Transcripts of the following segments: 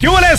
tardes,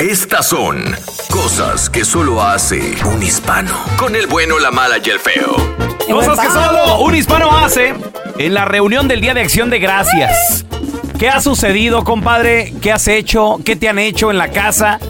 Estas son cosas que solo hace un hispano. Con el bueno, la mala y el feo. Cosas que solo un hispano hace en la reunión del Día de Acción de Gracias. ¿Qué ha sucedido, compadre? ¿Qué has hecho? ¿Qué te han hecho en la casa?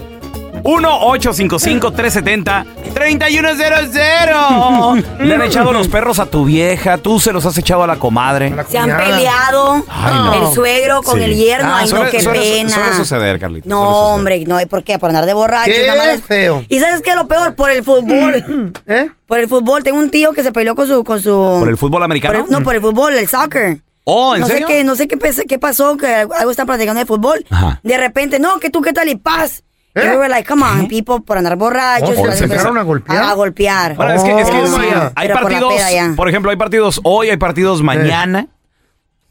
1-855-370-3100. Le han echado los perros a tu vieja. Tú se los has echado a la comadre. Se han peleado Ay, no. el suegro con Sí. el yerno. Ah, Ay, suele- no, qué suele- pena. suele suceder, Carlita, No, suele suceder. hombre, no, ¿y ¿por qué? Por andar de borracho. Qué nada más- feo. ¿Y sabes qué es lo peor? Por el fútbol. ¿Eh? Por el fútbol. Tengo un tío que se peleó con su... Con su ¿Por el fútbol americano? Por el- no, por el fútbol, el soccer. Oh, ¿en no serio? Sé qué, no sé qué, pese- qué pasó, que algo están platicando de fútbol. Ajá. De repente, no, que tú qué tal y paz. ¿Eh? Y we were like, come on, people, por andar borrachos. Oh, y la se gente- empezaron a golpear. A golpear. Ahora, es que, es que Oh, sí, vaya. hay Pero por la partidos, peda ya. por, ejemplo, hay partidos hoy, hay partidos mañana.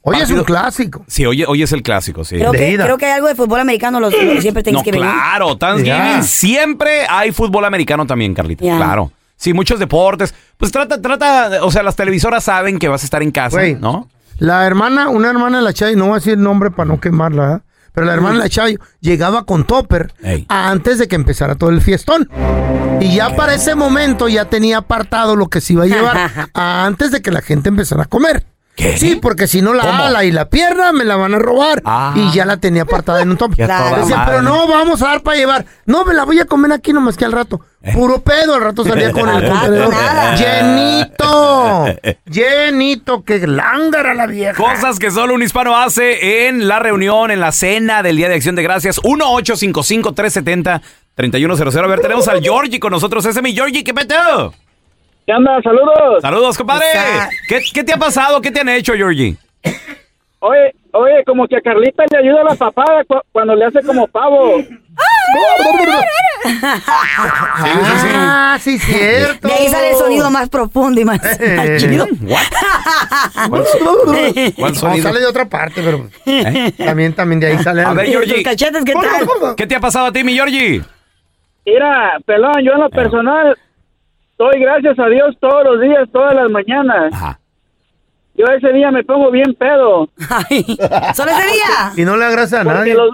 Hoy es un Partido- clásico. Sí, hoy, hoy es el clásico, sí. Creo de que, ida. creo que hay algo de fútbol americano, los, los siempre No, tenés que venir. claro, Thanksgiving Ya. siempre hay fútbol americano también, Carlita. Ya. Claro. Sí, muchos deportes. Pues trata, trata, o sea, las televisoras saben que vas a estar en casa, Güey. ¿no? La hermana, una hermana de la Chayo, no voy a decir nombre para no quemarla, ¿verdad? pero la hermana de la Chayo llegaba con topper Ey. antes de que empezara todo el fiestón. Y ya para ese momento ya tenía apartado lo que se iba a llevar antes de que la gente empezara a comer. ¿Qué? Sí, porque si no la ¿Cómo? ala y la pierna me la van a robar. Ah. Y ya la tenía apartada en un topper. Ya toda Decía, madre. pero no, vamos a dar para llevar. No, me la voy a comer aquí nomás que al rato. Eh. Puro pedo, al rato salía con el Al rato, contenedor. nada. Llenito. Llenito, que lángara la vieja. Cosas que solo un hispano hace en la reunión, en la cena del Día de Acción de Gracias. 1-855-370-3100. A ver, tenemos al Georgie con nosotros. Ese es mi Georgie, ¿qué peteo? ¿Qué onda? Saludos. Saludos, compadre. Esa- ¿Qué, ¿Qué te ha pasado? ¿Qué te han hecho, Georgie? Oye, oye, como que a Carlita le ayuda la papada cu- cuando le hace como pavo. Ah, sí, cierto. Eh. De ahí sale el sonido más profundo y más, más chido. ¿Cuál Ah. No, sonido? ¿Eh? sale de otra parte, pero también, también de ahí sale. A algo. ver, Georgie. Tus cachetes, ¿qué tal? ¿Qué te ha pasado a ti, mi Georgie? Mira, pelón, yo en lo personal doy gracias a Dios todos los días, todas las mañanas. Ajá. Yo ese día me pongo bien pedo. Ay, Solo ese día. Y no le agrasa a Porque nadie. los,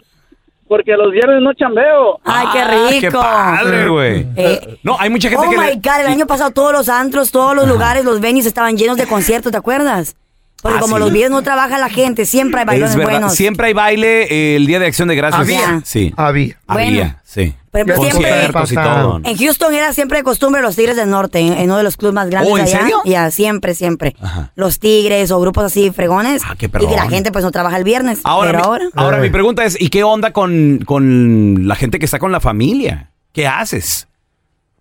porque los viernes no chambeo. Ay, qué Ah, rico. ¡Qué padre, güey! Eh, No, hay mucha gente Oh que my le... God, el año pasado todos los antros, todos los lugares, los venues estaban llenos de conciertos, ¿te acuerdas? Porque Ah, como sí. los viernes no trabaja la gente, siempre hay bailones Es verdad, buenos. siempre hay baile eh, el Día de Acción de Gracias. Había. Sí. Había. Había, Bueno. sí. Por ejemplo, Con siempre- Conciertos y todo. En Houston era siempre de costumbre los Tigres del Norte, en, en uno de los clubes más grandes Oh, ¿en allá. serio? Ya, siempre, siempre. Ajá. Los Tigres o grupos así fregones. Ah, qué y que la perrón. gente pues no trabaja el viernes. Ahora, pero mi, ahora. ahora Eh. mi pregunta es, ¿y qué onda con, con la gente que está con la familia? ¿Qué haces?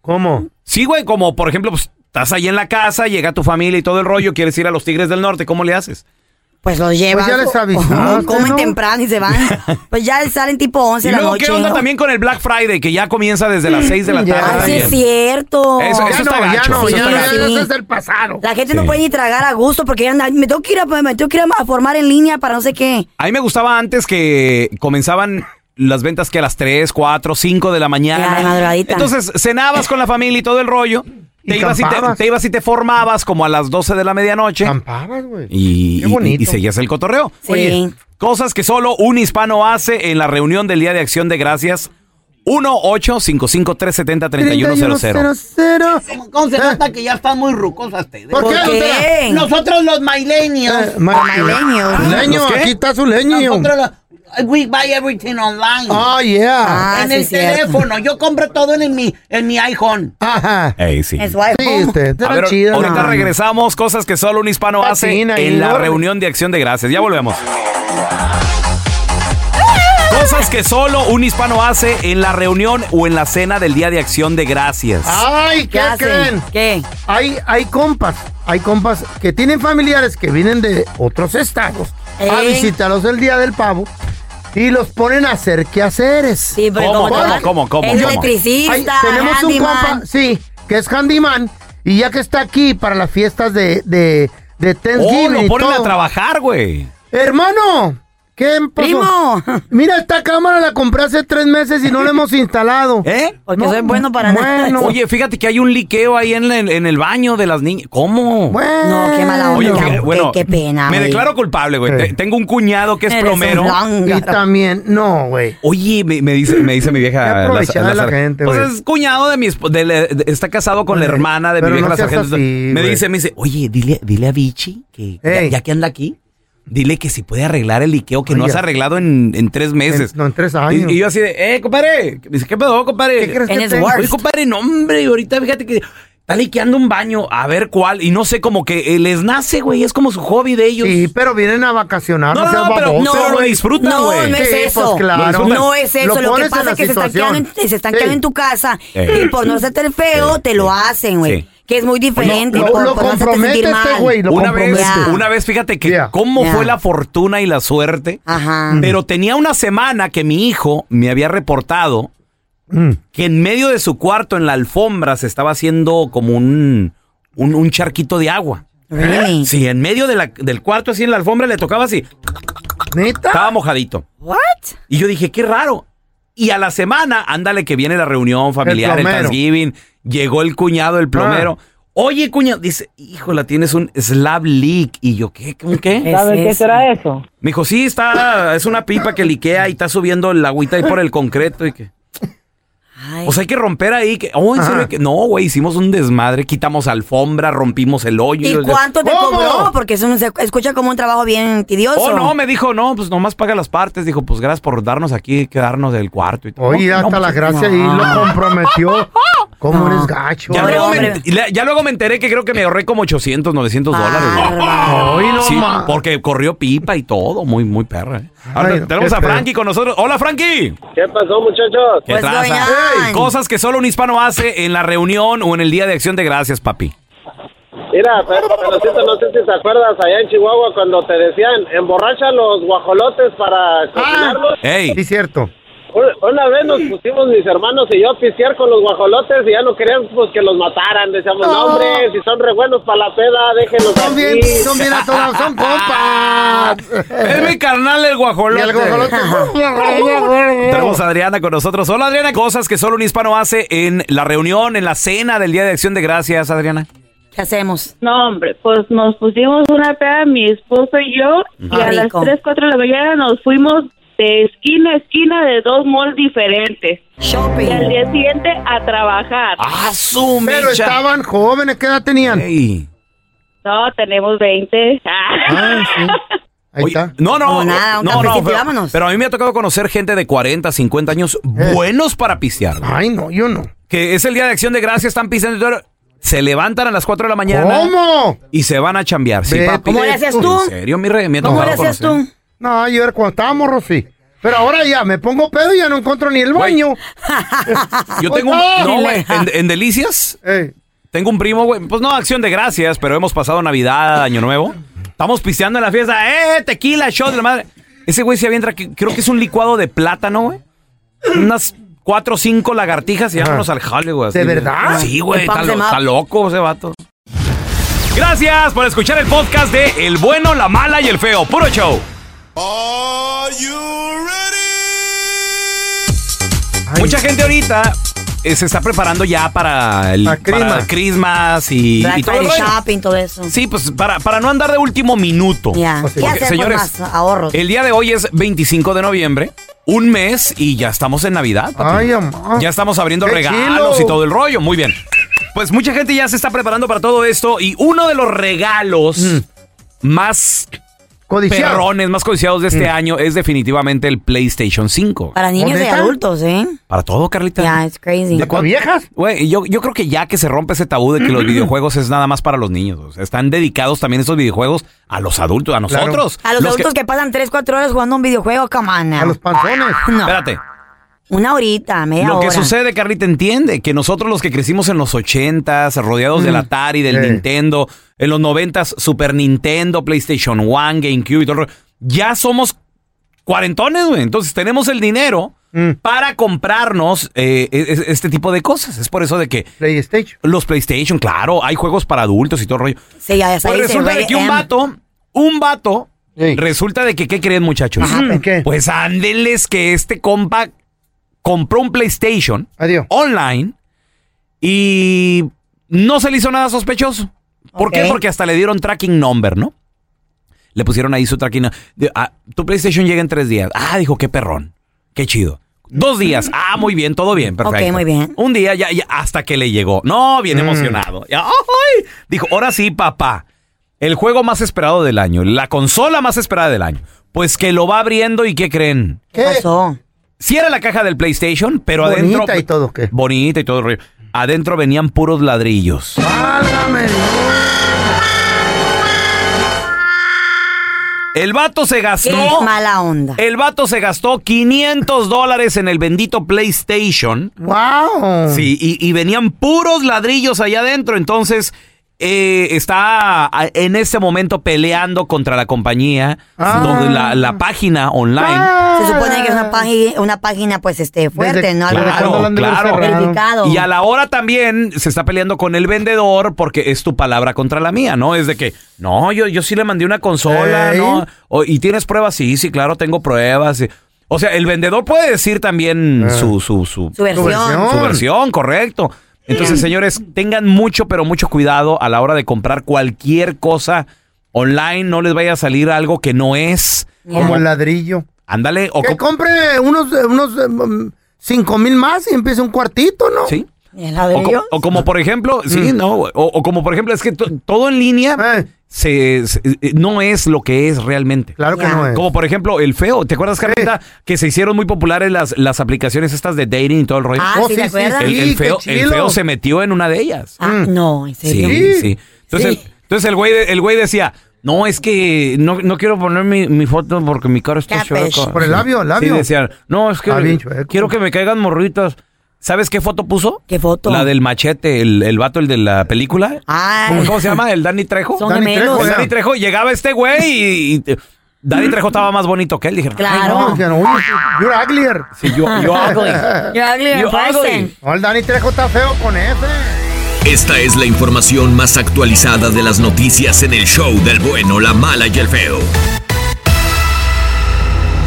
¿Cómo? Sí, güey, como por ejemplo, pues, estás ahí en la casa, llega tu familia y todo el rollo, quieres ir a los Tigres del Norte, ¿cómo le haces? Pues los llevan. ya les o- o avisaste, comen ¿no? temprano y se van. pues ya salen tipo 11 Y de la luego, noche. ¿qué onda ¿no? también con el Black Friday, que ya comienza desde las 6 de la Ya. tarde? Ah, sí también? es cierto. Eso- Ya eso- no, está ya gacho, no, eso ya está no, ya gacho. no, eso es del pasado. La gente no Sí. puede ni tragar a gusto porque ya anda- me tengo que ir a, me tengo que ir a formar en línea para no sé qué. A mí me gustaba antes que comenzaban las ventas que a las 3, 4, 5 de la mañana. Ya, de madrugadita. Entonces cenabas con la familia y todo el rollo. Y Te ibas y te, campabas. te ibas y te formabas como a las 12 de la medianoche. Campabas, güey. Y, Qué y- bonito. y seguías el cotorreo. Sí. Cosas que solo un hispano hace en la reunión del Día de Acción de Gracias. 1 855 370 3100 3100. ¿Cómo se nota que ya están muy rucosas ustedes? ¿Por ¿Por qué? Tela? qué? Nosotros los maileños. Eh, ma- Leño. Leño, ¿Los qué? aquí está su leño. Nosotros los, we buy everything online. Oh, yeah. Ah, en sí el es cierto. teléfono. Yo compro todo en mi, en mi iPhone. Ajá. Ey, sí. Es guay. Sí, este, A está ver, chido. ahorita no. regresamos. Cosas que solo un hispano hace Patina ahí, en la órale. reunión de acción de gracias. Ya volvemos. Cosas que solo un hispano hace en la reunión o en la cena del día de acción de gracias. Ay, ¿qué hacen? creen? ¿Qué? Hay, hay compas, hay compas que tienen familiares que vienen de otros estados a Ey. visitarlos el día del pavo. y los ponen a hacer quehaceres. Sí, pero ¿Cómo, como cómo, tal, cómo, cómo, Es cómo? electricista, Ay, tenemos un handyman. compa, sí, que es handyman, y ya que está aquí para las fiestas de, de, de Oh, Thanksgiving lo y ponen a todo. trabajar, güey. Hermano, ¿qué pasó? Primo. Mira, esta cámara la compré hace tres meses y no la hemos instalado. ¿Eh? Porque No, soy bueno para nada. bueno. Oye, fíjate que hay un liqueo ahí en, la- en el baño de las niñas. ¿Cómo? Bueno. No, qué mala onda. Oye, Qué- que- bueno, qué pena, Me güey. declaro culpable, güey. Sí. Te- Tengo un cuñado que es Eres un plomero. lángaro. Y también, no, güey. Oye, me, me dice, me dice mi vieja. Qué aprovechada Sara- la gente, Pues güey. es cuñado de mi esp- de la- de- está casado con la Güey, hermana de mi pero vieja no la seas sargento. así, me güey. dice, me dice, oye, dile, dile a Vichy que ya- ya, Ey. que anda aquí, dile que si puede arreglar el liqueo que no Oye. has arreglado en, en tres meses. En- no, en tres años. Y, y yo así de, eh, compadre. Me dice, ¿qué pedo, compadre? ¿Qué crees En que es tengo? work. Oye, compadre, no, hombre, y ahorita fíjate que está liqueando un baño, a ver cuál, y no sé, como que eh, les nace, güey, es como su hobby de ellos. Sí, pero vienen a vacacionar. No, no, seas no, pero- baboso, no, güey. lo disfrutan, No, güey. no es Sí, eso. pues, claro. No es eso. Lo Lo, que pones en pasa la es que se están, situación. quedando en, se están Sí. quedando en tu casa Eh. y por no hacerte el feo te lo hacen, güey. Sí. Que es muy diferente. Pues Lo- por, lo por no hacerte compromete sentir este mal. güey, lo una vez, compromete. una vez, fíjate que Yeah. cómo Yeah. fue la fortuna y la suerte. Ajá. Pero tenía una semana que mi hijo me había reportado Mm. que en medio de su cuarto, en la alfombra, se estaba haciendo como un, un, un charquito de agua. Really? Sí, en medio de la- del cuarto, así en la alfombra, le tocaba así. ¿Neta? Estaba mojadito. What? Y yo dije, qué raro. Y a la semana, ándale que viene la reunión familiar, el, plomero. Ah. Thanksgiving, llegó el cuñado, el plomero. Oye, cuñado, dice, híjola, tienes un slab leak. Y yo, ¿qué? ¿Cómo qué? ¿Sabes qué será eso? Me dijo, sí, está, es una pipa que liquea y está subiendo el agüita ahí por el concreto y que... Ay, O sea, hay que romper ahí. Que, oh, ¿en Ajá. serio que- no, güey, hicimos un desmadre, quitamos alfombra, rompimos el hoyo. ¿Y el- cuánto te ¿Cómo? cobró? Porque eso no se escucha como un trabajo bien tedioso. Oh, no, me dijo, no, pues nomás paga las partes. Dijo, pues gracias por darnos aquí, quedarnos del cuarto y todo. Oye, No, hasta pues, la gracia y no. lo comprometió. ¿Cómo No. eres gacho? Ya Ah. Pobre luego, me, hombre. la- ya luego me enteré que creo que me ahorré como 800, 900 dólares. güey. Bárbaro. Ay, no, Sí, ma. porque corrió pipa y todo, muy, muy perra. ¿eh? Ay, Ahora tenemos qué a feo. Frankie con nosotros. Hola, Frankie. ¿Qué pasó, muchachos? ¿Qué Pues, tranza? doña. Ey, Cosas que solo un hispano hace en la reunión o en el Día de Acción de Gracias, papi. Mira, Pe- Pelocito, no sé si te acuerdas allá en Chihuahua cuando te decían emborracha los guajolotes para Ah. cocinarlos. Ey. Sí, cierto. Un- Una vez nos pusimos mis hermanos y yo a pistear con los guajolotes y ya no querían pues, que los mataran. Decíamos, no, hombre, si son re buenos para la peda, déjenlos Son aquí. bien, son bien atorados, son compas. Es mi carnal el Y guajolote. Eh. el guajolote. Tenemos a Adriana con nosotros. Hola, Adriana. Cosas que solo un hispano hace en la reunión, en la cena del Día de Acción de Gracias, Adriana. ¿Qué hacemos? No, hombre, pues nos pusimos una peda, mi esposo y Pues yo, y Ah, a las rico. 3, 4 de la mañana nos fuimos de esquina a esquina de dos malls diferentes. Y al Shopping. día siguiente a trabajar. ¡Ah, su Pero mecha! estaban jóvenes, ¿qué edad tenían? Ey. No, tenemos 20. Ah. Ah, sí. Ahí Oye, está. No, no, Como nada, un no, no, cafecito y pero, vámonos. pero a mí me ha tocado conocer gente de 40, 50 años buenos para pistear. Eh. Ay, no, yo no. Que es el día de acción de gracias, están pisteando y todo. Se levantan a las 4 de la mañana ¿Cómo? y se van a chambear. Sí, Ve, papi. ¿Cómo le hacías tú? ¿En serio, mi rey? Me ha ¿Cómo tocado le hacías tú? conocer. No, yo era cuando estábamos, Rosy. Pero ahora ya me pongo pedo y ya no encuentro ni el Güey. baño. Yo tengo un. ¡Oh! no, güey, en, en Delicias, Eh, tengo un primo, güey. Pues no, acción de gracias, pero hemos pasado Navidad, Año Nuevo. Estamos pisteando en la fiesta. ¡Eh, tequila, shot de la madre! Ese güey se avienta, que- creo que es un licuado de plátano, güey. Unas cuatro o cinco lagartijas y vámonos al jale, güey. así, ¿De güey. verdad? Sí, güey. El Está, pump lo- them up. está loco ese vato. Gracias por escuchar el podcast de El Bueno, La Mala y El Feo. Puro show. ay, Mucha gente ahorita eh, se está preparando ya para el Para para Christmas. Christmas y, y Black todo el Friday rollo. shopping, todo eso. Sí, pues para, para no andar de último minuto. Ya. Porque, ¿Qué hacer señores, eh, con más ahorros? El día de hoy es 25 de noviembre, un mes y ya estamos en Navidad. papi. Ay, amá. Ya estamos abriendo Qué regalos chilo. y todo el rollo. Muy bien. Pues mucha gente ya se está preparando para todo esto y uno de los regalos más Mm. Codiciado. Mm. perrones, más codiciados de este año es definitivamente el PlayStation 5. Para niños y ¿Neta? adultos, ¿eh? Para todo, Carlita. Ya, it's crazy. ¿De cuál viejas? Güey, yo, yo creo que ya que se rompe ese tabú de que los videojuegos es nada más para los niños. o sea, están dedicados también esos videojuegos a los adultos, a nosotros. A los, Los que- adultos que... pasan 3, 4 horas jugando un videojuego, come on now. A los panzones. No, Espérate. una horita, media Lo que hora. sucede, Carlita, entiende que nosotros los que crecimos en los 80s, rodeados del Atari, del Mm. Sí. Nintendo, en los 90s, Super Nintendo, PlayStation 1, GameCube y todo, el rollo, ya somos cuarentones, güey. Entonces tenemos el dinero Mm. para comprarnos eh, es- es- este tipo de cosas. Es por eso de que PlayStation. los PlayStation, claro, hay juegos para adultos y todo el rollo. Sí, ya, ya Pues sabes, resulta de güey, que un em. vato, un vato, Ey. resulta de que, ¿qué creen, muchachos? Ajá, ¿en qué? Pues ándenles que este compa compró un PlayStation Adiós. online y no se le hizo nada sospechoso. ¿Por qué? Ok. Porque hasta le dieron tracking number, ¿no? Le pusieron ahí su tracking number. tu PlayStation llega en tres días. Ah, dijo, qué perrón. Qué chido. Dos días. Ah, muy bien, todo bien, perfecto. muy bien. Un día ya, ya- hasta que le llegó. No, Mm. bien emocionado. Ya, ¡ay! Dijo, ahora sí, papá. El juego más esperado del año, la consola más esperada del año. Pues que lo va abriendo y ¿qué creen? ¿Qué pasó? Sí era la caja del PlayStation, pero Bonita adentro... y todo, ¿qué? Bonita y todo el rollo. Adentro venían puros ladrillos. Válgame Dios. El vato se Qué gastó... mala onda. El vato se gastó 500 dólares en el bendito PlayStation. Wow. Sí, y, y venían puros ladrillos allá adentro. Entonces, eh, está a- en este momento peleando contra la compañía, Ah. donde la, la página online. Ah. Se supone que es una, página, una página, pues, este, fuerte, Desde- ¿no? desde Claro, cuándo la han de haber claro. cerrado? Verificado. Y a la hora también se está peleando con el vendedor porque es tu palabra contra la mía, ¿no? Es de que, no, yo, yo sí le mandé una consola, Ey. ¿no? O- ¿Y tienes pruebas? Sí, sí, claro, tengo pruebas. sí. O sea, el vendedor puede decir también su, su, su, Su versión. Ah. Su versión. su versión, correcto. Entonces, señores, tengan mucho, pero mucho cuidado a la hora de comprar cualquier cosa online. No les vaya a salir algo que no es. Como el ladrillo. Ándale, o Que co- compre unos, unos eh, mm, cinco mil más y empiece un cuartito, ¿no? ¿Sí? ¿Y el O, co- ladrillo? o como por ejemplo, sí, no, o, o como por ejemplo, es que to- todo en línea Mm. Eh, se, se- eh, no es lo que es realmente. claro que Ya. no es. Como por ejemplo, el feo. ¿Te acuerdas, Carlita, que se hicieron muy populares las, las aplicaciones estas de dating y todo el rollo? Ah, Oh, ¿sí te sí, sí, acuerdas? el, el sí, qué feo, el feo chilo. se metió en una de ellas. Ah, Mm. no, en serio. Sí, sí. Entonces, Sí. entonces el, güey, el güey decía, no, es que no, no quiero poner mi, mi foto porque mi cara está Catfish. chueca. Por el labio, el labio. Sí, decían, no, es que Está bien chueco. quiero que me caigan morritas. ¿Sabes qué foto puso? ¿Qué foto? La del machete, el, el vato, el de la película. Ah. ¿Cómo, cómo se llama? ¿El Danny Trejo? Son Dani gemelos. el Trejo, Danny ya. Trejo. Llegaba este güey y... y- Danny Trejo estaba más bonito que él. Dijeron, "Ay, Claro. No, que no, uy, you're uglier. sí, yo, Ah. yo hago. You're ugly You're in person. ugly. No, el Dani Trejo está feo con ese. Esta es la información más actualizada de las noticias en el show del bueno, la mala y el feo.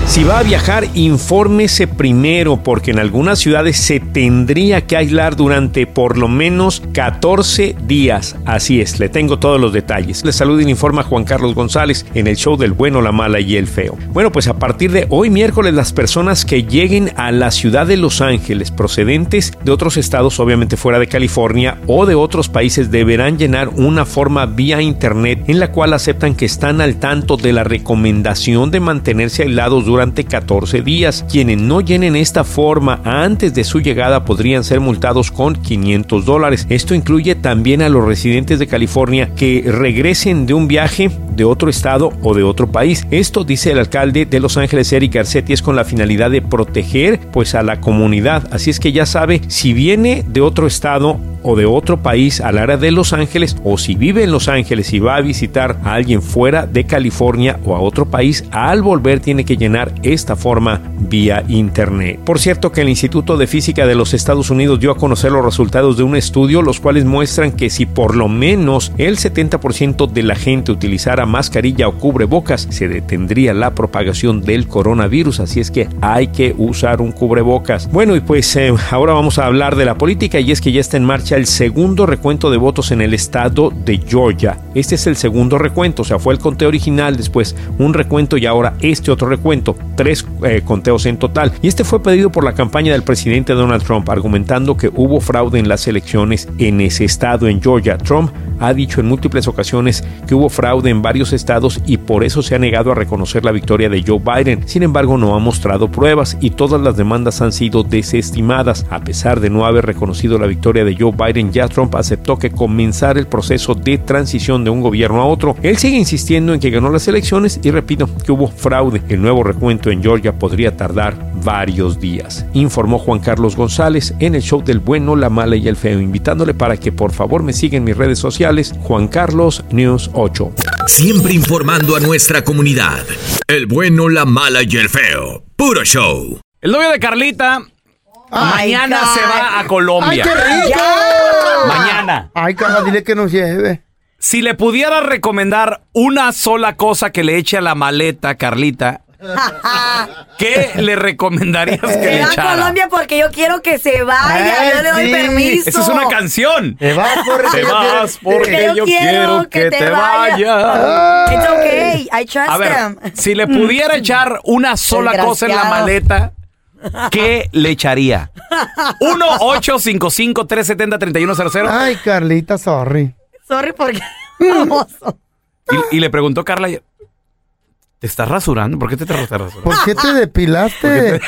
Si va a viajar, infórmese primero porque en algunas ciudades se tendría que aislar durante por lo menos 14 días. Así es, le tengo todos los detalles. Le saluda y le informa Juan Carlos González en el show del bueno, la mala y el feo. Bueno, pues a partir de hoy miércoles las personas que lleguen a la ciudad de Los Ángeles procedentes de otros estados, obviamente fuera de California o de otros países, deberán llenar una forma vía internet en la cual aceptan que están al tanto de la recomendación de mantenerse aislados durante 14 días. Quienes no llenen esta forma antes de su llegada podrían ser multados con 500 dólares. Esto incluye también a los residentes de California que regresen de un viaje de otro estado o de otro país. Esto dice el alcalde de Los Ángeles, Eric Garcetti, es con la finalidad de proteger pues a la comunidad. Así es que ya sabe, si viene de otro estado o de otro país al área de Los Ángeles o si vive en Los Ángeles y va a visitar a alguien fuera de California o a otro país, al volver tiene que llenar esta forma vía internet. Por cierto que el Instituto de Física de los Estados Unidos dio a conocer los resultados de un estudio los cuales muestran que si por lo menos el 70% de la gente utilizara mascarilla o cubrebocas, se detendría la propagación del coronavirus, así es que hay que usar un cubrebocas. Bueno, y pues eh, ahora vamos a hablar de la política y es que ya está en marcha el segundo recuento de votos en el estado de Georgia. Este es el segundo recuento, o sea, fue el conteo original, después un recuento y ahora este otro recuento, tres eh, conteos en total. Y este fue pedido por la campaña del presidente Donald Trump, argumentando que hubo fraude en las elecciones en ese estado, en Georgia. Trump ha dicho en múltiples ocasiones que hubo fraude en varios estados y por eso se ha negado a reconocer la victoria de Joe Biden. Sin embargo, no ha mostrado pruebas y todas las demandas han sido desestimadas. A pesar de no haber reconocido la victoria de Joe Biden, ya Trump aceptó que comenzar el proceso de transición de un gobierno a otro. Él sigue insistiendo en que ganó las elecciones y repito que hubo fraude. El nuevo recuento en Georgia podría tardar varios días, informó Juan Carlos González en el show del bueno, la mala y el feo, invitándole para que por favor me siga en mis redes sociales, Juan Carlos News 8. Siempre informando a nuestra comunidad. El bueno, la mala y el feo. Puro show. El novio de Carlita mañana God. se va a ¡Ay, Colombia. qué rico! Mañana. Ay, caja, dile que nos lleve. Si le pudiera recomendar una sola cosa que le eche a la maleta, Carlita, ¿qué le recomendarías que Se le va echara? a Colombia porque yo quiero que se vaya. Ay, yo le doy sí. permiso. Ah, Esa es una canción. Te vas por Te vas porque yo quiero que te vayas. Ah. It's okay. I trust A ver, them. si le pudiera echar una sola cosa en la maleta, ¿qué le echaría? 1-855-370-3100. Ay, Mm. Carlita, sorry. Sorry porque. Famoso. Y, y le preguntó Carla, ¿te estás rasurando? ¿Por qué te estás rasurando? ¿Por qué te depilaste?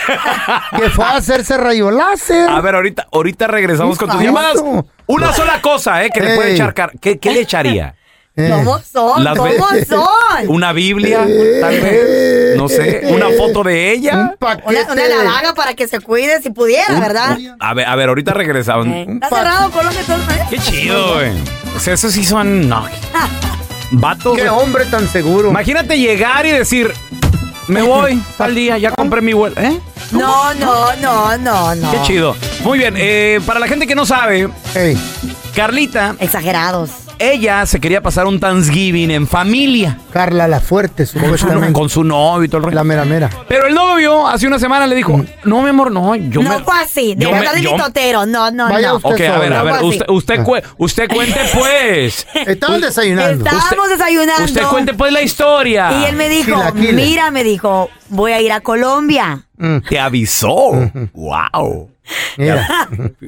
que fue a hacerse rayo láser. A ver, ahorita, ahorita regresamos con tus Hijo, llamadas. vato. Una sola cosa, ¿eh? Que le puede Ey. echar Car- ¿Qué, qué le echaría? Eh, ¿Cómo son? Las ¿Cómo ve- son? ¿Una Biblia? Tal vez. No sé. ¿Una foto de ella? un paquete. Una, una navaja para que se cuide si pudiera, ¿verdad? A ver, a ver, ahorita regresamos. Está cerrado Colombia todo Qué chido, güey. O sea, esos sí son. No. Vatos. güey. Qué hombre tan seguro. Imagínate llegar y decir. Me voy, tal día, ya compré mi vuelo. ¿Eh? No, no, no, no, no. Qué chido. Muy bien, eh, para la gente que no sabe, Ey, Carlita, Exagerados. ella se quería pasar un Thanksgiving en familia. Carla la fuerte, Con su, supuestamente. con su novio y todo el rollo. La mera mera. Pero el novio hace una semana le dijo, no, mi amor, no, yo no me... fue así. De yo me- verdad, de yo- mitotero. No, no, Vaya no. usted. Ok, a ver, a No ver, fue así. usted, usted, cue- usted cuente pues. Estaban desayunando. Estábamos desayunando. Usted cuente pues la historia. Y él me dijo, Chilaquiles. mira, me dijo, voy a ir a Colombia. Mm. Te avisó. wow. Mira.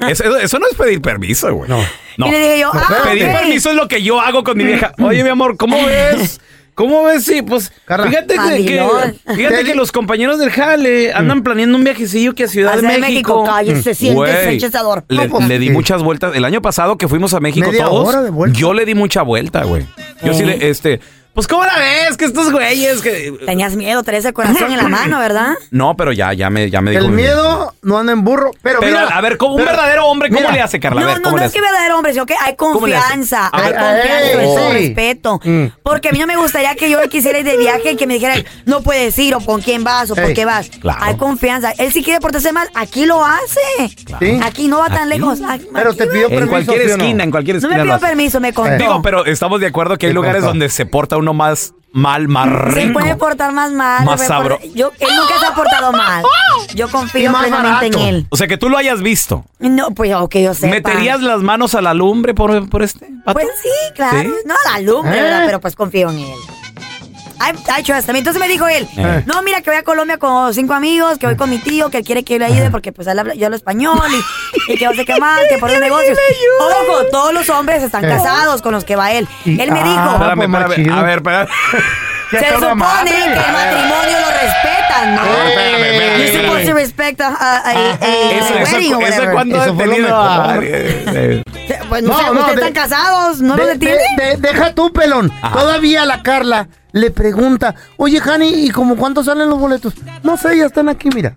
Eso, eso no es pedir permiso, güey. No. Mm. Y le dije yo, No, ah, Pedir ok. permiso es lo que yo hago con mi vieja. Oye, mi amor, ¿cómo ves? ¿Cómo ves? Sí, pues Carla. fíjate que, Mandilón. que- fíjate que los compañeros del Jale Mm. andan planeando un viajecillo que a Ciudad Hacer de México, México. cállese, siéntese, Mm, Güey, échese a dormir. Le, No, pues, le di sí. muchas vueltas. El año pasado que fuimos a México Media todos, hora de vuelta. Oh. yo le di mucha vuelta, güey. Yo sí Eh. le, este, pues ¿cómo la ves? Que estos güeyes que... Tenías miedo, traías el corazón en la mano, ¿verdad? No, pero ya, ya me, ya me dijo. El mi- miedo no anda en burro. Pero, Pero, mira, a ver, ¿cómo, un pero- verdadero hombre, ¿cómo mira, le hace, Carla? A No, ver, no, ¿cómo no le es que hace? verdadero hombre, sino que hay ¿Cómo le hace? confianza, A hay ver, confianza, ey, eso, sí. respeto. Porque a mí no me gustaría que yo quisiera ir de viaje y que me dijeran, no puedes ir, o con quién vas, o por Ey, qué vas. claro. Hay confianza. Él si quiere portarse mal, aquí lo hace. Sí. Aquí no va tan Aquí. lejos. aquí- Pero te aquí pidió va. En permiso, cualquier ¿sí o no? esquina, en cualquier No esquina. me lo pidió hace. permiso, me contó. Digo, pero estamos de acuerdo que hay Sí, lugares contó. donde se porta uno más mal, más rico. Se puede portar más mal. Más se puede sabro- portar- Yo, él nunca se ha portado mal. Yo Y confío más plenamente en barato. él. O sea, que tú lo hayas visto. No, pues aunque yo sepa. ¿Meterías las manos a la lumbre por, por este? vato? Pues sí, claro. ¿Sí? No a la lumbre, ¿Eh? ¿verdad? Pero pues confío en él. Ay, ay, trust him. Entonces me dijo él, Eh. no, mira que voy a Colombia con cinco amigos, que voy con mi tío, que él quiere que yo le ayude porque pues él habla, yo hablo español y, y que no sé qué más, que por los negocios. Ojo, todos los hombres están Eh. casados con los que va él. Y- Él me ah, dijo, Espérame, pues, más espérame. chido. A ver, espérame. Ya se está la supone madre. que el matrimonio lo respetan, ¿no? Espérame, espérame, espérame, You're supposed espérame. to respect a, a- a- a- Eso, a eso- wedding or eso whatever. cuando Eso he fue lo tenido a- mejor. eh, eh, Pues no, No, sé, no, ustedes de- están casados, ¿no lo De- detienen? de- de- deja tú, pelón. Todavía la Carla le pregunta, oye, Hani, ¿y como cuánto salen los boletos? No sé, ya están aquí, mira.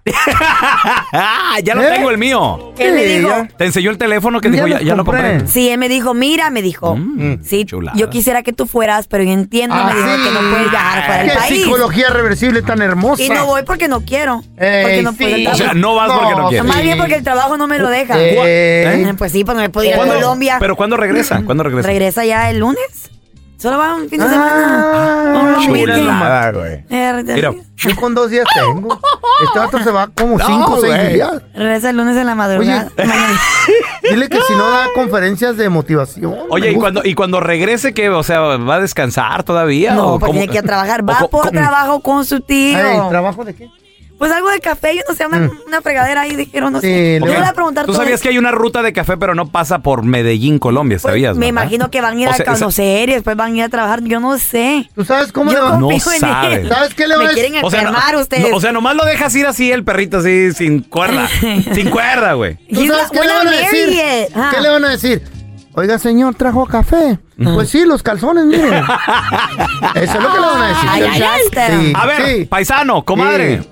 Ah, ya lo ¿Eh? tengo el mío. Él me Sí, dijo, ya. Te enseñó el teléfono que Ya dijo, los ya, ya lo compré. compré. Sí, él me dijo, mira, me dijo, Mm, sí, chulada. yo quisiera que tú fueras, pero yo entiendo, me Ah, dijo sí. que no puedes viajar fuera del Qué país. psicología reversible tan hermosa. Y no voy porque no quiero. Ey, porque no sí. puedo. O sea, no vas porque no quieres. Más bien porque el trabajo no me lo deja. Eh. Eh, Pues sí, pues me puedo ir a ¿Cuándo- Colombia. Mm. ¿Pero cuándo regresa? ¿Cuándo regresa? Regresa ya el lunes. Solo va un fin de semana. Ah, Ah, mira mira. nomás. Chulada, güey. Eh, re- Mira, Yo con dos días tengo. Este vato se va como No, cinco o seis güey. días. Regresa el lunes en la madrugada. Oye. Mañana. Dile que si no da conferencias de motivación. Oye, Me ¿y gusta. cuando, ¿y cuando regrese qué? O sea, ¿va a descansar todavía? No, ¿O pues cómo? tiene que ir a trabajar. ¿O Va co- por co- trabajo con su tío. Ey, ¿Trabajo de qué? Mm. Pues algo de café, yo no sé, una, una fregadera ahí dijeron, no Sí, sé. le Yo le voy va- a preguntar Tú todo sabías eso. que hay una ruta de café, pero no pasa por Medellín, Colombia, Pues, ¿sabías? Me verdad? imagino que van a ir O a sea, esa- conocer y después pues van a ir a trabajar, yo no sé. ¿Tú sabes cómo Yo le va? no confío en sabes. él. ¿Sabes qué le va Me a decir? quieren O sea, no- enfermar ustedes. no, o sea, nomás lo dejas ir así el perrito, así, sin cuerda. sin cuerda, güey. ¿Tú He's sabes not- qué we're le not van a decir? married yet. Ah. ¿Qué le van a decir? Oiga, señor, trajo café. Pues sí, los calzones, mire. Eso es lo que le van a decir. Ay, ay, ay. Sí, A ver, sí. paisano, comadre.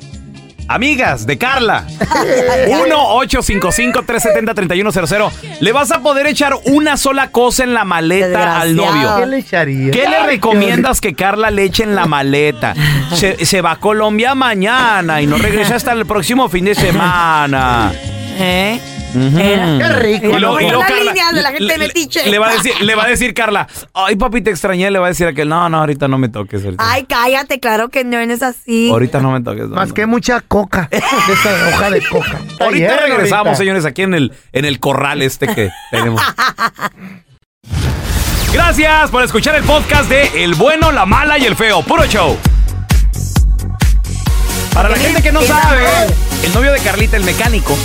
Amigas de Carla. 1-855-370-3100. Le vas a poder echar una sola cosa en la maleta al ¿Qué novio. le echaría? ¿Qué le recomiendas que Carla le eche en la maleta? Se, se va a Colombia mañana y no regresa hasta el próximo fin de semana. ¿Eh? Qué rico. Y luego- y luego La Carla- línea de la gente le- metiche. le va a decir, le va a decir Carla, ay papi, te extrañé, le va a decir aquel, no, no, ahorita no me toques. Ahorita, Ay, cállate, claro que no no es así. ahorita no me toques. no, Más no". que mucha coca. De esa hoja de coca. Está Ahorita bien, regresamos, ahorita. señores, aquí en el, en el corral este que tenemos. Gracias por escuchar el podcast de El Bueno, la Mala y el Feo. Puro show. Para la gente que no sabe, el novio de Carlita, el mecánico,